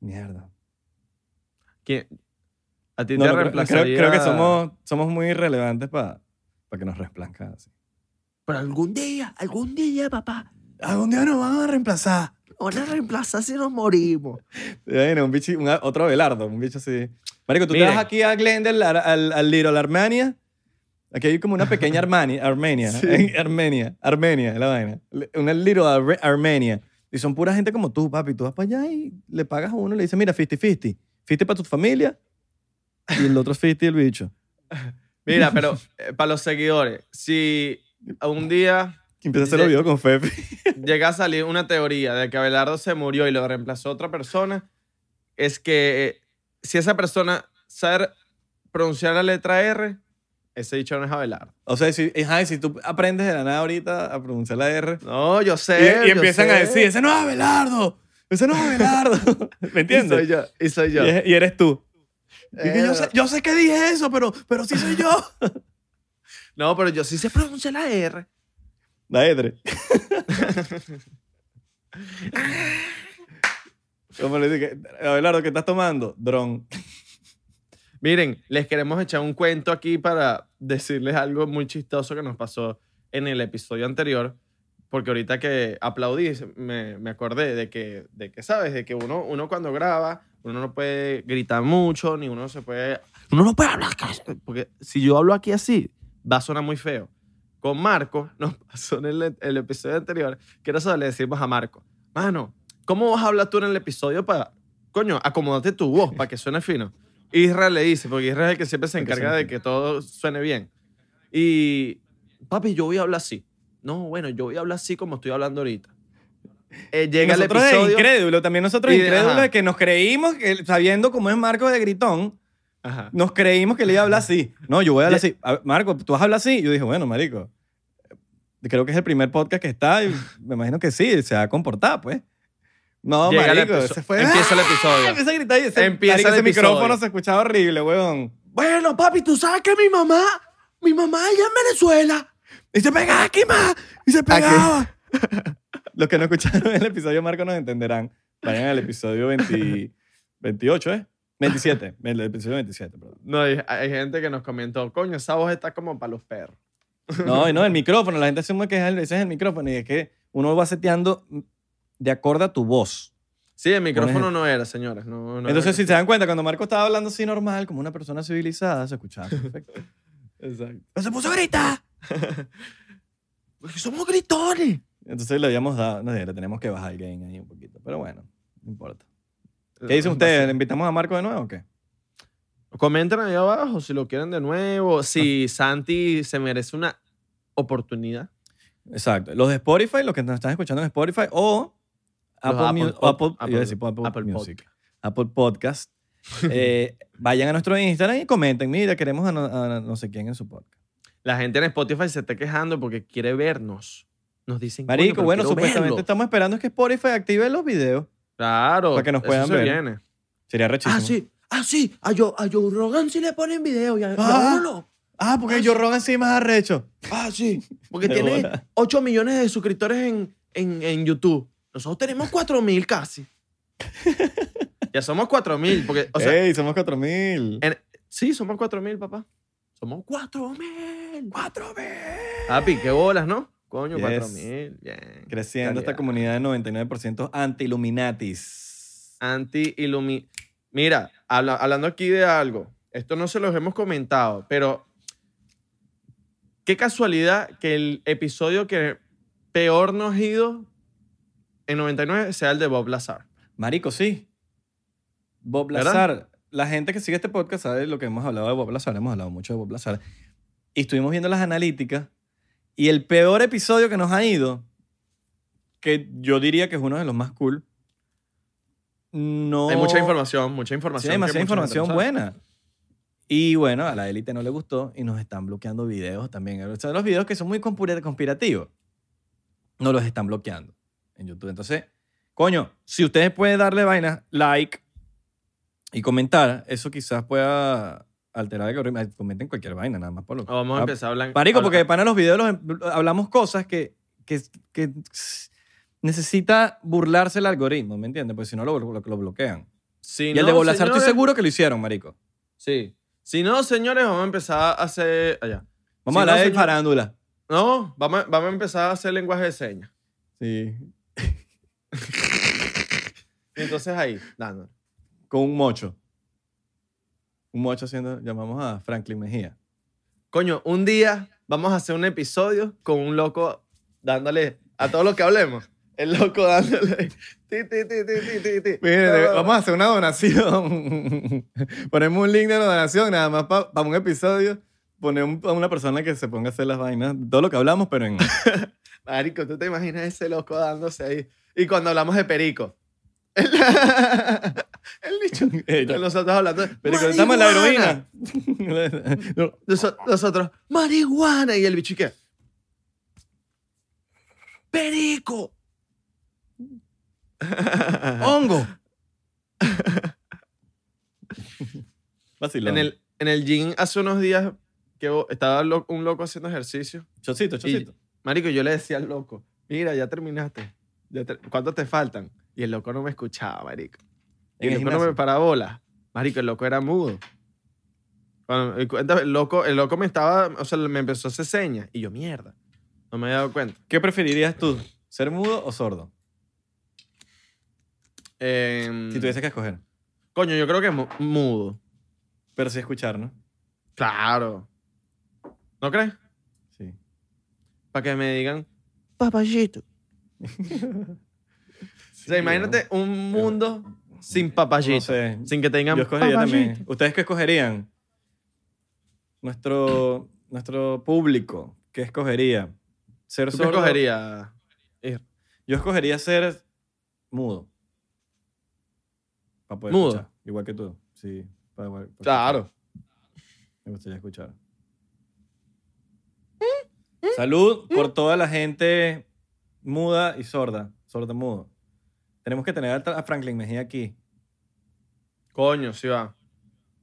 Mierda. ¿Quién? A ti No, te no, creo, creo- reemplazaría... creo que somos, somos muy irrelevantes para que nos reemplazcan así. Pero algún día, algún día, papá, Algún día nos van a reemplazar. nos van a reemplazar si nos morimos. Bueno, un bicho, un- otro Abelardo, un bicho así. Marico, tú te Miren. vas aquí a Glendale, al, al, al Little Armenia. Aquí hay como una [LAUGHS] pequeña Armani, Armenia. Sí. [LAUGHS] Armenia, Armenia, es la vaina. Le- Una Little Ar- Armenia. Y son pura gente como tú, papi. Tú vas para allá y le pagas a uno y le dices, mira, 50-50. 50 para tu familia y el otro 50 el bicho. Mira, pero eh, para los seguidores, si un día Y empieza a hacer los Sí. videos con Fefe. llega a salir una teoría de que Abelardo se murió y lo reemplazó otra persona, es que eh, si esa persona sabe pronunciar la letra R, ese dicho no es Abelardo. O sea, si, ajá, y si tú aprendes de la nada ahorita a pronunciar la R No, yo y, sé. y yo empiezan sé. a decir, ese no es Abelardo. Ese no es [LAUGHS] Abelardo. ¿Me Y soy entiendes? yo. Y soy yo. Y, es- y eres tú. Y que yo, sé, yo sé que dije eso, pero, pero sí soy yo. No, pero yo sí sé pronunciar la R. [LAUGHS] La edre. [LAUGHS] ¿Cómo le dije? Abelardo, ¿qué estás tomando? Dron. Miren, les queremos echar un cuento aquí para decirles algo muy chistoso que nos pasó en el episodio anterior, porque ahorita que aplaudí me, me acordé de que, de que, ¿sabes? De que uno, uno cuando graba, uno no puede gritar mucho, ni uno se puede... Uno no puede hablar. casi. Porque si yo hablo aquí así, va a sonar muy feo. Con Marco [LAUGHS] nos pasó en el, el episodio anterior que nosotros le decimos a Marco, mano, ¿cómo vas a hablar tú en el episodio para, coño, acomodate tu voz para que suene fino? Israel le dice, porque Israel es el que siempre se Para que encarga suene de que todo suene bien. Y, papi, yo voy a hablar así. No, bueno, yo voy a hablar así como estoy hablando ahorita. Eh, llega el nosotros es episodio. incrédulo. También nosotros es Y de- incrédulo ajá. de que nos creímos, que, sabiendo cómo es Marco de Gritón, Ajá. nos creímos que le iba a hablar así. No, yo voy a hablar Ya- así. A- Marco, ¿tú vas a hablar así? Yo dije, bueno, marico, creo que es el primer podcast que está. y me imagino que sí, se va a comportar, pues. No, Llega el marico, episo- ese fue... Empieza el ¡Ah! [LAUGHS] episodio. Empieza a gritar y ese, Empieza marico, el ese episodio. micrófono se escuchaba horrible, weón. Bueno, papi, tú sabes que mi mamá, mi mamá allá en Venezuela, Y se pegaba aquí más. Y se pegaba. [LAUGHS] Los que no escucharon el episodio, Marco, nos entenderán. Vayan al episodio 20 28, ¿eh? 27. El episodio 27, perdón. No, hay, hay gente que nos comentó, coño, esa voz está como para los perros. No, y no, el micrófono. La gente asume que es el- ese es el micrófono. Y es que uno va seteando de acuerdo a tu voz. Sí, el micrófono no era, señores. No, no Entonces, era. si se dan cuenta, cuando Marco estaba hablando así normal, como una persona civilizada, se escuchaba perfecto. [LAUGHS] Exacto. Pero se puso a gritar. porque somos gritones. Entonces le habíamos dado, no sé, le tenemos que bajar el gain ahí un poquito. Pero bueno, no importa. Eh, ¿Qué dicen ustedes? ¿Le invitamos a Marco de nuevo o qué? Comenten ahí abajo si lo quieren de nuevo, si Santi se merece una oportunidad. Exacto. Los de Spotify, los que nos están escuchando en Spotify, o Apple, Apple Mu- Pod- Apple- Apple- iba a decir Apple Apple Music. Apple [LAUGHS] Podcast. Eh, vayan a nuestro Instagram y comenten, mira, queremos a no, a no sé quién en su podcast. La gente en Spotify se está quejando porque quiere vernos. Nos dicen, "Coño, Marico, pero bueno, quiero supuestamente verlo". estamos esperando que Spotify active los videos. Claro. para que nos eso puedan se ver. viene. Sería rechísimo. Ah, sí, ah, sí, a Joe, a Joe Rogan sí le ponen video y a, y a Ah. uno no. Ah, porque yo robo encima arrecho. Ah, sí, porque De tiene bola. 8 millones de suscriptores en, en, en YouTube. Nosotros tenemos 4 [LAUGHS] mil casi. Ya somos 4000, porque, o sea, ¡Ey, somos 4000! en- sí, somos 4000, papá. Somos 4 mil. 4 mil. Papi, qué bolas, ¿no? Coño, Yes. 4000. Bien. Creciendo esta Calidad. comunidad de 99% anti-Illuminatis. Anti-ilumi. Mira, habla- hablando aquí de algo, esto no se los hemos comentado, pero qué casualidad que el episodio que peor nos ha ido en 99 sea el de Bob Lazar. Marico, sí. Bob ¿Verdad? Lazar. La gente que sigue este podcast sabe lo que hemos hablado de Bob Lazar. Hemos hablado mucho de Bob Lazar. Y estuvimos viendo las analíticas. Y el peor episodio que nos ha ido, que yo diría que es uno de los más cool, no... Hay mucha información, mucha Oh. Sí, información. que hay demasiada mucha gente no información sabe. buena. Y bueno, a la élite no le gustó y nos están bloqueando videos también. O sea, los videos que son muy compura- conspirativos, no los están bloqueando en YouTube. Entonces, coño, si ustedes pueden darle vainas, like y comentar, eso quizás pueda alterar el algoritmo. Ay, Comenten cualquier vaina, nada más por lo Ah, Vamos a Ah, empezar a hablar. Marico, habla- porque de pana los videos los- hablamos cosas que, que, que necesita burlarse el algoritmo, ¿me entiendes? Porque si no lo, lo- lo bloquean. Si y el no, de Bolazar estoy señores- seguro que lo hicieron, marico. Sí. Si no, señores, vamos a empezar a hacer. Allá. Vamos Sí, a hablar no, de señor. farándula. No, vamos a, vamos a empezar a hacer lenguaje de señas. Sí. Y entonces ahí, dándole. Con un mocho. Un mocho haciendo, llamamos a Franklin Mejía. Coño, un día vamos a hacer un episodio con un loco dándole a todo lo que hablemos. El loco dándole. Ti, ti, ti, ti, ti, ti, ti. Mire, vamos a hacer una donación. [LAUGHS] Ponemos un link de la donación nada más para un episodio. Ponemos a una persona que se ponga a hacer las vainas. Todo lo que hablamos, pero en... [LAUGHS] Marico, ¿tú te imaginas ese loco dándose ahí? Y cuando hablamos de perico. [LAUGHS] El nicho. Nosotros hablando de pero cuando estamos en la heroína. [LAUGHS] No. Noso- Nosotros, marihuana. Y el bicho, ¿y [LAUGHS] qué? Perico. Oh, [LAUGHS] ¡Hongo! Vacilón. En el, en el gym hace unos días que bo- estaba lo- un loco haciendo ejercicio. Chocito, chocito. Marico, yo le decía al loco, mira, ya terminaste. Ya ter- ¿Cuánto te faltan? Y el loco no me escuchaba, marico. Y En el, el loco no me gimnasio. paraba bola. Marico, el loco era mudo. Bueno, el, cu- el loco, el loco me estaba, o sea, me empezó a hacer señas. Y yo, mierda, no me había dado cuenta. ¿Qué preferirías tú? ¿Ser mudo o sordo? Em, Si tuvieses que escoger. Coño, yo creo que mu- mudo. Pero sí escuchar, ¿no? Claro. ¿No crees? Sí. Para que me digan. Papayito. o sea, imagínate un mundo sin papayito. No sé. Sin que tengan Yo escogería también. papayito. ¿Ustedes qué escogerían? Nuestro, nuestro público, ¿qué escogería? ¿Ser ¿Tú qué sordo? escogerías? Yo escogería ser mudo. Para poder Mudo. escuchar. Igual que tú. Sí. para poder- para Claro. escuchar. Me gustaría escuchar. Salud por toda la gente muda y sorda. Sorda mudo. Tenemos que tener a Franklin Mejía aquí. Coño, sí va.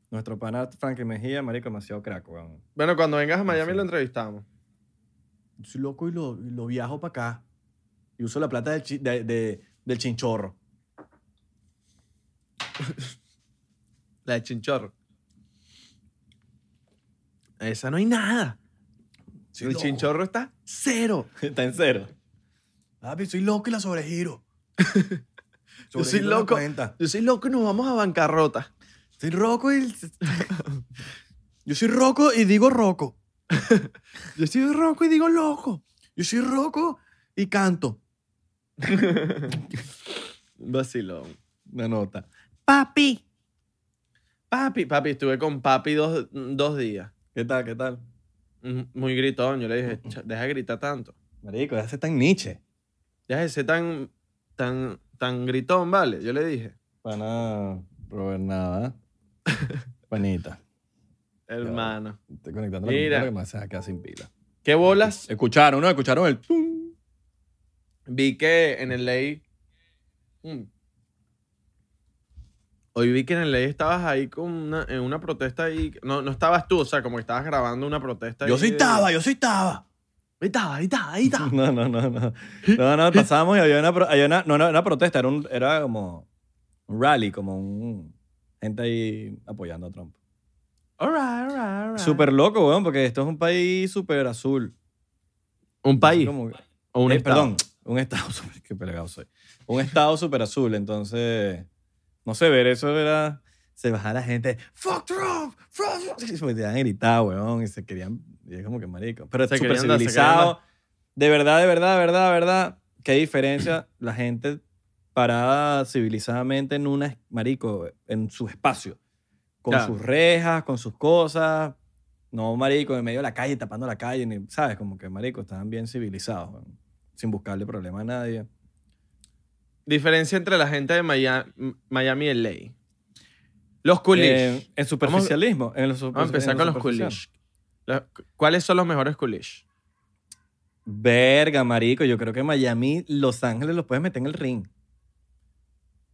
Nuestro pana Franklin Mejía, marico, demasiado crack, weón. [LAUGHS] Bueno, cuando vengas a Miami Sí. lo entrevistamos. Soy loco y lo, viajo para acá. Y uso la plata del, del chinchorro. La de Chinchorro. Esa no hay nada. Sí, el loco. Chinchorro está cero. Está en cero. Papi, soy loco y la sobregiro. Yo soy Sobregiro la loco. cuenta. Yo soy loco y nos vamos a bancarrota. Soy roco y... Yo soy roco y digo roco. [LAUGHS] Yo soy roco y digo loco. Yo soy roco y canto. Un vacilón. Una nota. Papi. Papi, papi, estuve con papi dos, dos días. ¿Qué tal? ¿Qué tal? Mm, Muy gritón. Yo le dije, "Cha, deja de gritar tanto. Marico, ese está en Nietzsche. Deja de ser tan, tan, tan gritón, ¿vale? Yo le dije. Pana, [LAUGHS] Robert nada. Panita. Hermano. Estoy conectando la Mira. computadora que me hace acá sin pila. ¿Qué bolas? Escucharon, ¿no? Escucharon el... tum. Vi que en el ley. Mm. Hoy vi que en el ley estabas ahí con una, en una protesta ahí. No, no estabas tú, o sea, como que estabas grabando una protesta. Yo ahí soy de- taba, yo soy taba. Ahí está, ahí está, [LAUGHS] ahí está. No, no, no, no. No, no, pasamos y había una, pro- había una, no, no, una protesta, era, un, era como un rally, como un, gente ahí apoyando a Trump. All right, all right, all Ah. right. Súper loco, weón, porque esto es un país súper azul. Un país. Como- O un eh, estado. Perdón, un estado [LAUGHS] súper... Qué pelagado soy. Un estado súper azul, entonces... No sé, ver eso era... Se bajaba la gente, ¡Fuck Trump! ¡Fuck Trump! Y se podían gritar, weón, y se querían... Y es como que marico. Pero Se súper querían dar, se civilizado. querían De verdad, de verdad, de verdad, de verdad. Qué diferencia la gente parada civilizadamente en una... Marico, en su espacio. Con Claro. sus rejas, con sus cosas. No, marico, en medio de la calle, tapando la calle, ni- ¿sabes? Como que, marico, estaban bien civilizados, weón, sin buscarle problema a nadie. Diferencia entre la gente de Miami, Miami y LA. Los coolish. Eh, en superficialismo. en los Vamos a empezar con los coolish. La- ¿Cuáles son los mejores coolish? Verga, marico, yo creo que Miami, Los Ángeles los puedes meter en el ring. Lo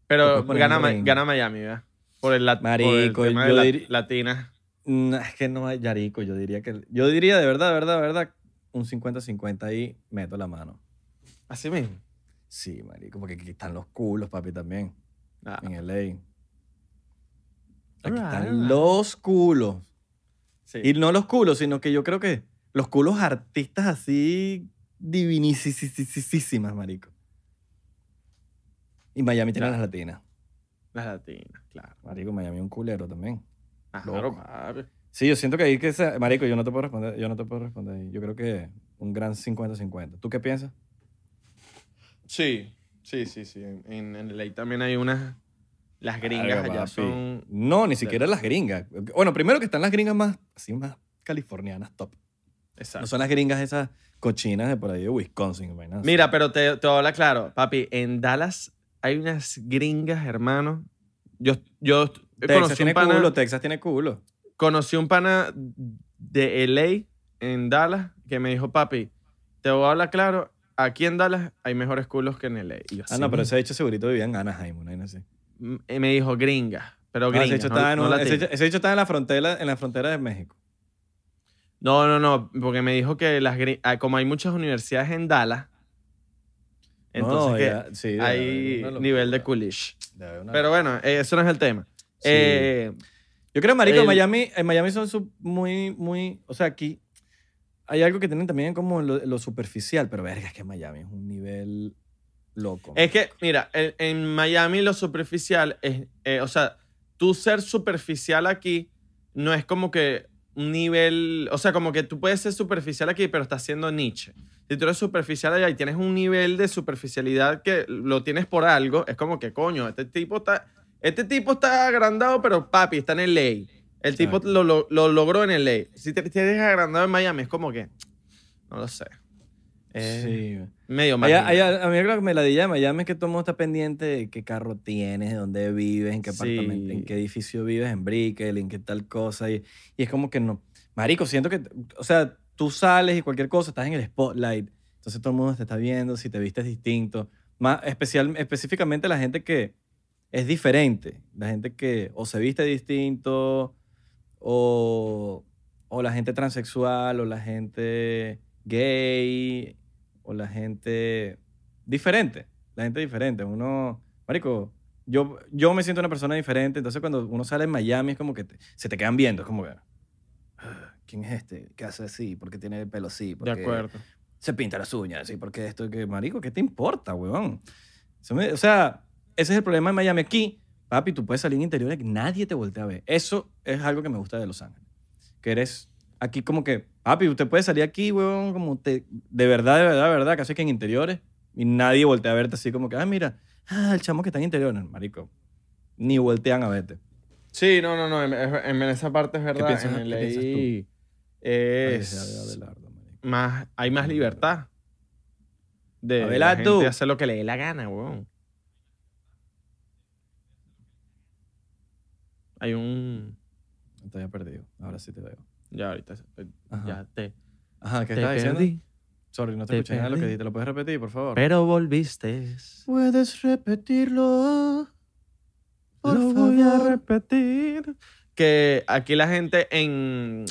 Pero puedes poner gana, en Ma- ring. gana Miami, ¿verdad? Por el, lat- por el Marico, tema de yo la- dir- latina. No, Mm, es que no hay Yarico, yo diría que... Yo diría de verdad, de verdad, de verdad, un 50-50 ahí meto la mano. Así mismo. Sí, marico, porque aquí están los culos, papi, también, Ah. en LA. Aquí Alright, están alright. los culos. Sí. Y no los culos, sino que yo creo que los culos artistas así divinisísimas, marico. Y Miami tiene Claro. las latinas. Las latinas, claro. Marico, Miami es un culero también. Ajá, Loco. papi. Sí, yo siento que ahí que... se- marico, yo no te puedo responder. Yo no te puedo responder. ahí. Yo creo que un gran 50-50. ¿Tú qué piensas? Sí, sí, sí, sí. En, en, en LA también hay unas. Las gringas Verga, allá papi. son. No, ni siquiera las gringas. Bueno, primero que están las gringas más... Así más californianas, top. No Exacto. son las gringas esas cochinas de por ahí de Wisconsin. vainas así. Mira, pero te, te habla claro, papi. En Dallas hay unas gringas, hermano. Yo, yo Texas conocí un Eh, tiene pana. culo, Texas tiene culo. conocí un pana de LA en Dallas que me dijo, papi, te voy a hablar claro, aquí en Dallas hay mejores culos que en LA. Y yo, Ah, "Sí, no, pero ese hecho segurito vivía en Anaheim, una vaina así. mm". Y me dijo, gringa. Pero No, gringa. Ah, ese hecho no, estaba en no, un- latina". ese hecho- ese hecho estaba en la frontera, en la frontera de México. no, no, no, porque me dijo que las gri- ah, como hay muchas universidades en Dallas, entonces No, que ya, sí, debe haber hay una locura. nivel de coolish. Debe haber una Pero locura. bueno, eh, eso no es el tema. Sí. Eh, yo creo, marico, en el- Miami, en Miami son su- muy, muy, o sea, aquí hay algo que tienen también como lo, lo superficial, pero verga, es que Miami es un nivel loco. Es que, mira, en, en Miami lo superficial es, eh, o sea, tú ser superficial aquí no es como que un nivel, o sea, como que tú puedes ser superficial aquí, pero estás siendo Nietzsche. Si tú eres superficial allá y tienes un nivel de superficialidad que lo tienes por algo, es como que, coño, este tipo está, este tipo está agrandado, pero papi, está en ley. El tipo Exacto. lo, lo- lo logró en ley. Si te tienes agrandado en Miami, es como que, no lo sé. Es Sí. medio mal. Allá- allá- a mí creo que me la de Miami es que todo el mundo está pendiente de qué carro tienes, de dónde vives, en qué Sí. apartamento, en qué edificio vives, en Brickell, en qué tal cosa. Y, y es como que no. Marico, siento que, o sea, tú sales y cualquier cosa, estás en el spotlight. Entonces todo el mundo te está viendo, si te vistes distinto. Más especial, específicamente la gente que es diferente. La gente que o se viste distinto, o, o la gente transexual, o la gente gay, o la gente diferente. La gente diferente. Uno, marico, yo, yo me siento una persona diferente. Entonces cuando uno sale en Miami es como que te- se te quedan viendo. Es como que... "Ah, ¿Quién es este? ¿Qué hace así? ¿Por qué tiene el pelo así? ¿Por De qué acuerdo. Se pinta las uñas así. ¿Por qué que esto, que marico, ¿qué te importa, huevón? Eso me- o sea, ese es el problema de Miami. Aquí, papi, tú puedes salir en interior y que nadie te voltea a ver. Eso es algo que me gusta de Los Ángeles. Que eres aquí como que, papi, usted puede salir aquí, huevón, como te, de verdad, de verdad, de verdad, casi que en interiores y nadie voltea a verte así como que, ah, mira, ah, el chamo que está en interiores, marico. Ni voltean a verte. Sí, no, no, no. En, en- en esa parte es verdad. piensas- en qué LA piensas tú? es Ay, Abelardo, marico. más, hay más libertad de la Abelardo. gente hacer lo que le dé la gana, weón. Hay un... Te había perdido. Ahora sí te veo. Ya, ahorita... eh, Ajá. Ya te, Ajá, ¿qué te estás diciendo? perdí, Sorry, no te, Te escuché nada de lo que perdí. dijiste. ¿Lo puedes repetir, por favor? pero volviste. Puedes repetirlo. Por Lo voy a favor. repetir. Que aquí la gente en,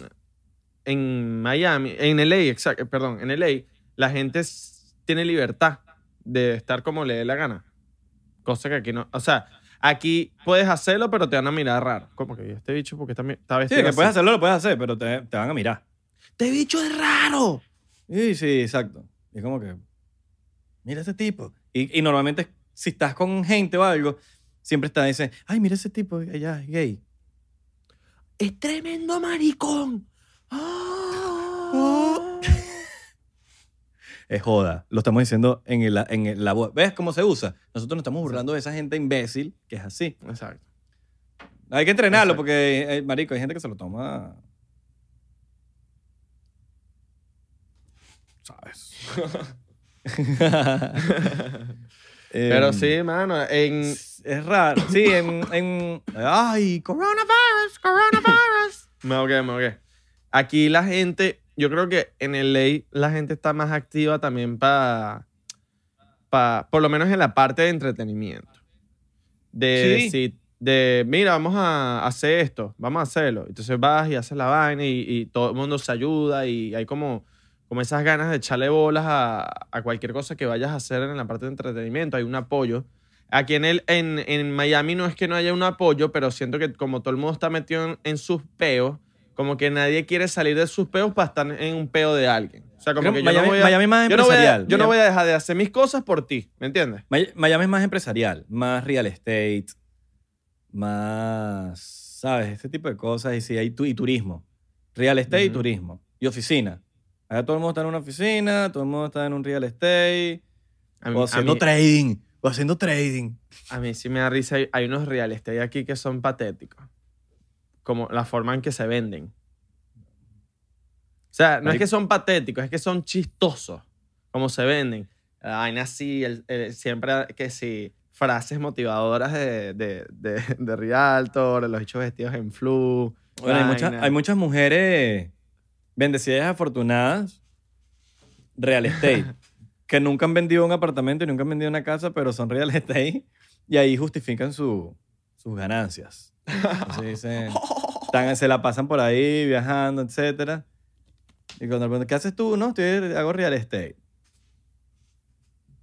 en Miami, en LA, exacto, eh, perdón, en LA, la gente s- tiene libertad de estar como le dé la gana. Cosa que aquí no. O sea, aquí puedes hacerlo, pero te van a mirar raro. Como que este bicho, porque está, mi- está Sí, vestido. que así?" puedes hacerlo, lo puedes hacer, pero te, te van a mirar. ¡Te bicho es raro! Y sí, exacto. Y es como que, mira ese tipo. Y, y normalmente, si estás con gente o algo, siempre está ese, ay, mira ese tipo, allá es gay. ¡Es tremendo maricón! ¡Ah! Es joda. Lo estamos diciendo en, el- en el- la voz. ¿Ves cómo se usa? Nosotros nos estamos burlando de esa gente imbécil que es así. Exacto. Hay que entrenarlo Exacto. porque, eh, marico, hay gente que se lo toma. [LAUGHS] ¿Sabes? Pero [LAUGHS] Em, sí, mano, en. Es raro. Sí, en. en- ¡Ay, coronavirus! ¡Coronavirus! [LAUGHS] Me ahogué, me ahogué. Aquí la gente, yo creo que en el ley la gente está más activa también para, pa, por lo menos en la parte de entretenimiento. De Sí. decir, de mira, vamos a hacer esto, vamos a hacerlo. Entonces vas y haces la vaina y, y todo el mundo se ayuda y hay como, como esas ganas de echarle bolas a, a cualquier cosa que vayas a hacer en la parte de entretenimiento. Hay un apoyo. Aquí en, el, en, en Miami no es que no haya un apoyo, pero siento que como todo el mundo está metido en, en sus peos, como que nadie quiere salir de sus peos para estar en un peo de alguien. O sea, como Creo que yo Miami, no voy a... Miami es más Yo no, voy a, empresarial. yo no voy Miami- a dejar de hacer mis cosas por ti, ¿me entiendes? May- Miami es más empresarial, más real estate, más. ¿Sabes? Este tipo de cosas. Y sí, hay tu- y turismo. Real estate y Ujú. turismo. Y oficina. Allá todo el mundo está en una oficina, todo el mundo está en un real estate. A o haciendo trading. O haciendo trading. a mí sí me da risa, hay, hay unos reales estate aquí que son patéticos. Como la forma en que se venden. O sea, no es Marico. que son patéticos, es que son chistosos como se venden. La vaina así, el- el- siempre que sí, frases motivadoras de, de, de, de Rialto, los hechos vestidos en flu. Bueno, hay, muchas- vaina. hay muchas mujeres bendecidas y afortunadas, real estate, [LAUGHS] que nunca han vendido un apartamento y nunca han vendido una casa, pero son real estate y ahí justifican su- sus ganancias. Entonces [LAUGHS] dicen, tan- se la pasan por ahí viajando, etc. Y cuando le preguntan, ¿qué haces tú? No, estoy, hago real estate.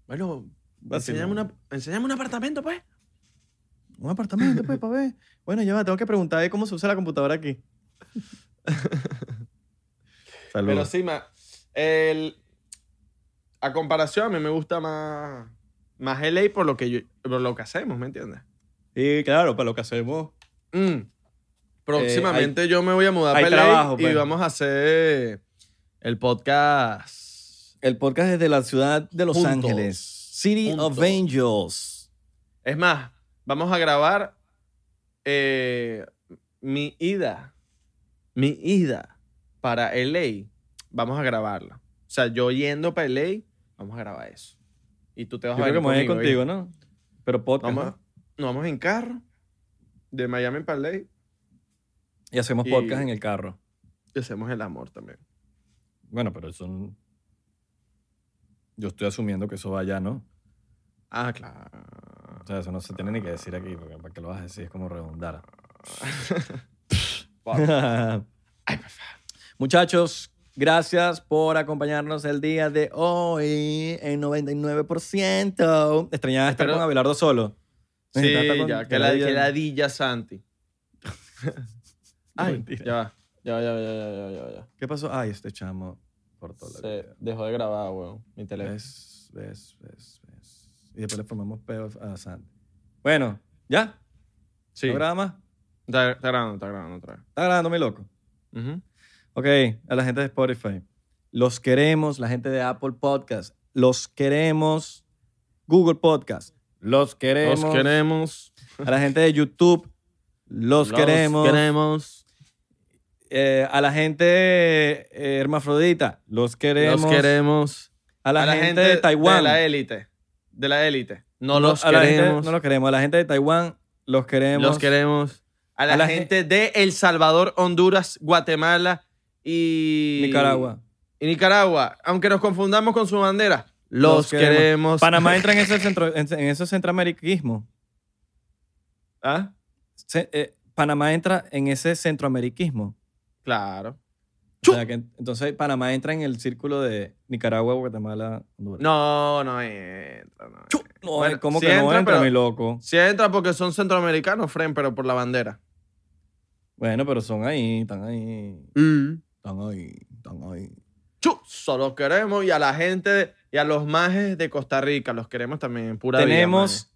Bueno, Vacilón. enséñame, una, enséñame un apartamento, pues. Un apartamento, pues, para ver. Bueno, ya va, tengo que preguntar eh, cómo se usa la computadora [LAUGHS] aquí. Saludos. Pero sí, ma- el, a comparación, a mí me gusta más, más LA por lo, que yo- por lo que hacemos, ¿me entiendes? Y claro, para lo que hacemos. Mm. Próximamente yo me voy a mudar Eh, hay para LA trabajo, y pues. vamos a hacer el podcast. El podcast desde la ciudad de Los Juntos. Ángeles. City of Juntos. Angels. Es más, vamos a grabar eh, mi ida, mi ida para LA. Vamos a grabarla. O sea, yo yendo para LA, vamos a grabar eso. Y tú te vas Yo a creo que venir me voy a ir conmigo, contigo, ¿no? Pero podcast. Vamos, ¿no? nos vamos en carro de Miami para LA Y hacemos y- podcast en el carro. y hacemos el amor también. Bueno, pero eso. n- Yo estoy asumiendo que eso va allá, ¿no? Ah, claro. Ah, O sea, eso no se tiene ni que decir aquí, porque para que lo vas a decir es como [LAUGHS] redundar. Muchachos, gracias por acompañarnos el día de hoy en 99%. Extrañaba estar Espero- con Abelardo solo. Sí, Extrañaba estar con- ya, que la, que la dilla Santi. Ay, Mentira. ya va. Ya, va, ya, va, ya, va, ya, va, ya, va, ¿Qué pasó? Ay, este chamo cortó ya. la Se vida. dejó de grabar, weón. Mi teléfono. Ves, ves, ves, ves. Y después le formamos peo a Santi. Bueno, ¿ya? Sí. ¿No graba más? Está, está grabando, está grabando otra vez. Está grabando mi loco. Ujú. Ok, a la gente de Spotify. Los queremos, la gente de Apple Podcast. Los queremos. Google Podcast. Los queremos. Los queremos. A la gente de YouTube. Los, queremos. queremos. Eh, a la gente eh, hermafrodita. Los queremos. Los queremos. A la, gente, de Taiwán. De la élite. De la élite. No, No, los a la gente- queremos. no los queremos. A la gente de Taiwán. Los queremos. Los queremos. A la, A la gente de El Salvador, Honduras, Guatemala y. Nicaragua. Y Nicaragua. Aunque nos confundamos con su bandera. Los, Los queremos. queremos. Panamá entra en ese, centro, en, en ese centroameriquismo. ¿Ah? Se- eh, Panamá entra en ese centroameriquismo. Claro. O sea que en- entonces Panamá entra en el círculo de Nicaragua, Guatemala, Honduras. No, no entra. No. Chu, no, Bueno, eh, ¿cómo sí que no entra, entra, pero- mi loco? Si entra porque son centroamericanos, Fren, pero por la bandera. Bueno, pero son ahí, están ahí, están ahí, están ahí. Chu, Solo queremos y a la gente de- y a los majes de Costa Rica los queremos también. Pura vida, maje. Tenemos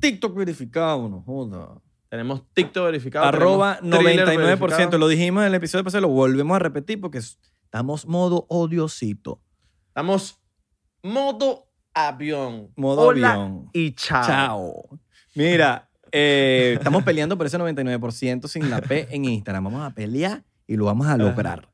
TikTok verificado, no joda. tenemos TikTok verificado. Arroba tenemos Thriller 99%. verificado. Lo dijimos en el episodio pasado, lo volvemos a repetir porque es- estamos modo odiosito. Estamos modo avión. Modo Hola Ah. avión. Y chao. Chao. Mira, eh, estamos peleando por ese 99% sin la P en Instagram. Vamos a pelear y lo vamos a lograr.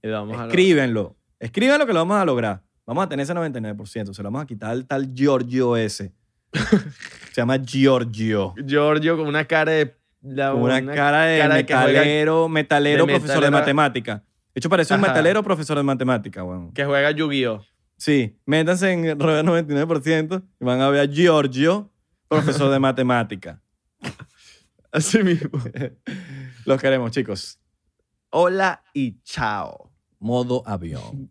Y Ah, vamos a Escríbenlo. Escríbenlo que lo vamos a lograr. Vamos a tener ese 99%. Se lo vamos a quitar al tal Giorgio ese. [LAUGHS] Se llama Giorgio. Giorgio con una cara de. la- Una, cara de cara de que juega- metalero, metalero, de profesor de metalera. matemática. De hecho, parece un Ajá. metalero profesor de matemática, weón. que juega Yu-Gi-Oh! Sí, métanse en Rover 99% y van a ver a Giorgio, profesor de matemática. [LAUGHS] Así mismo. Los queremos, chicos. Hola y chao. Modo avión.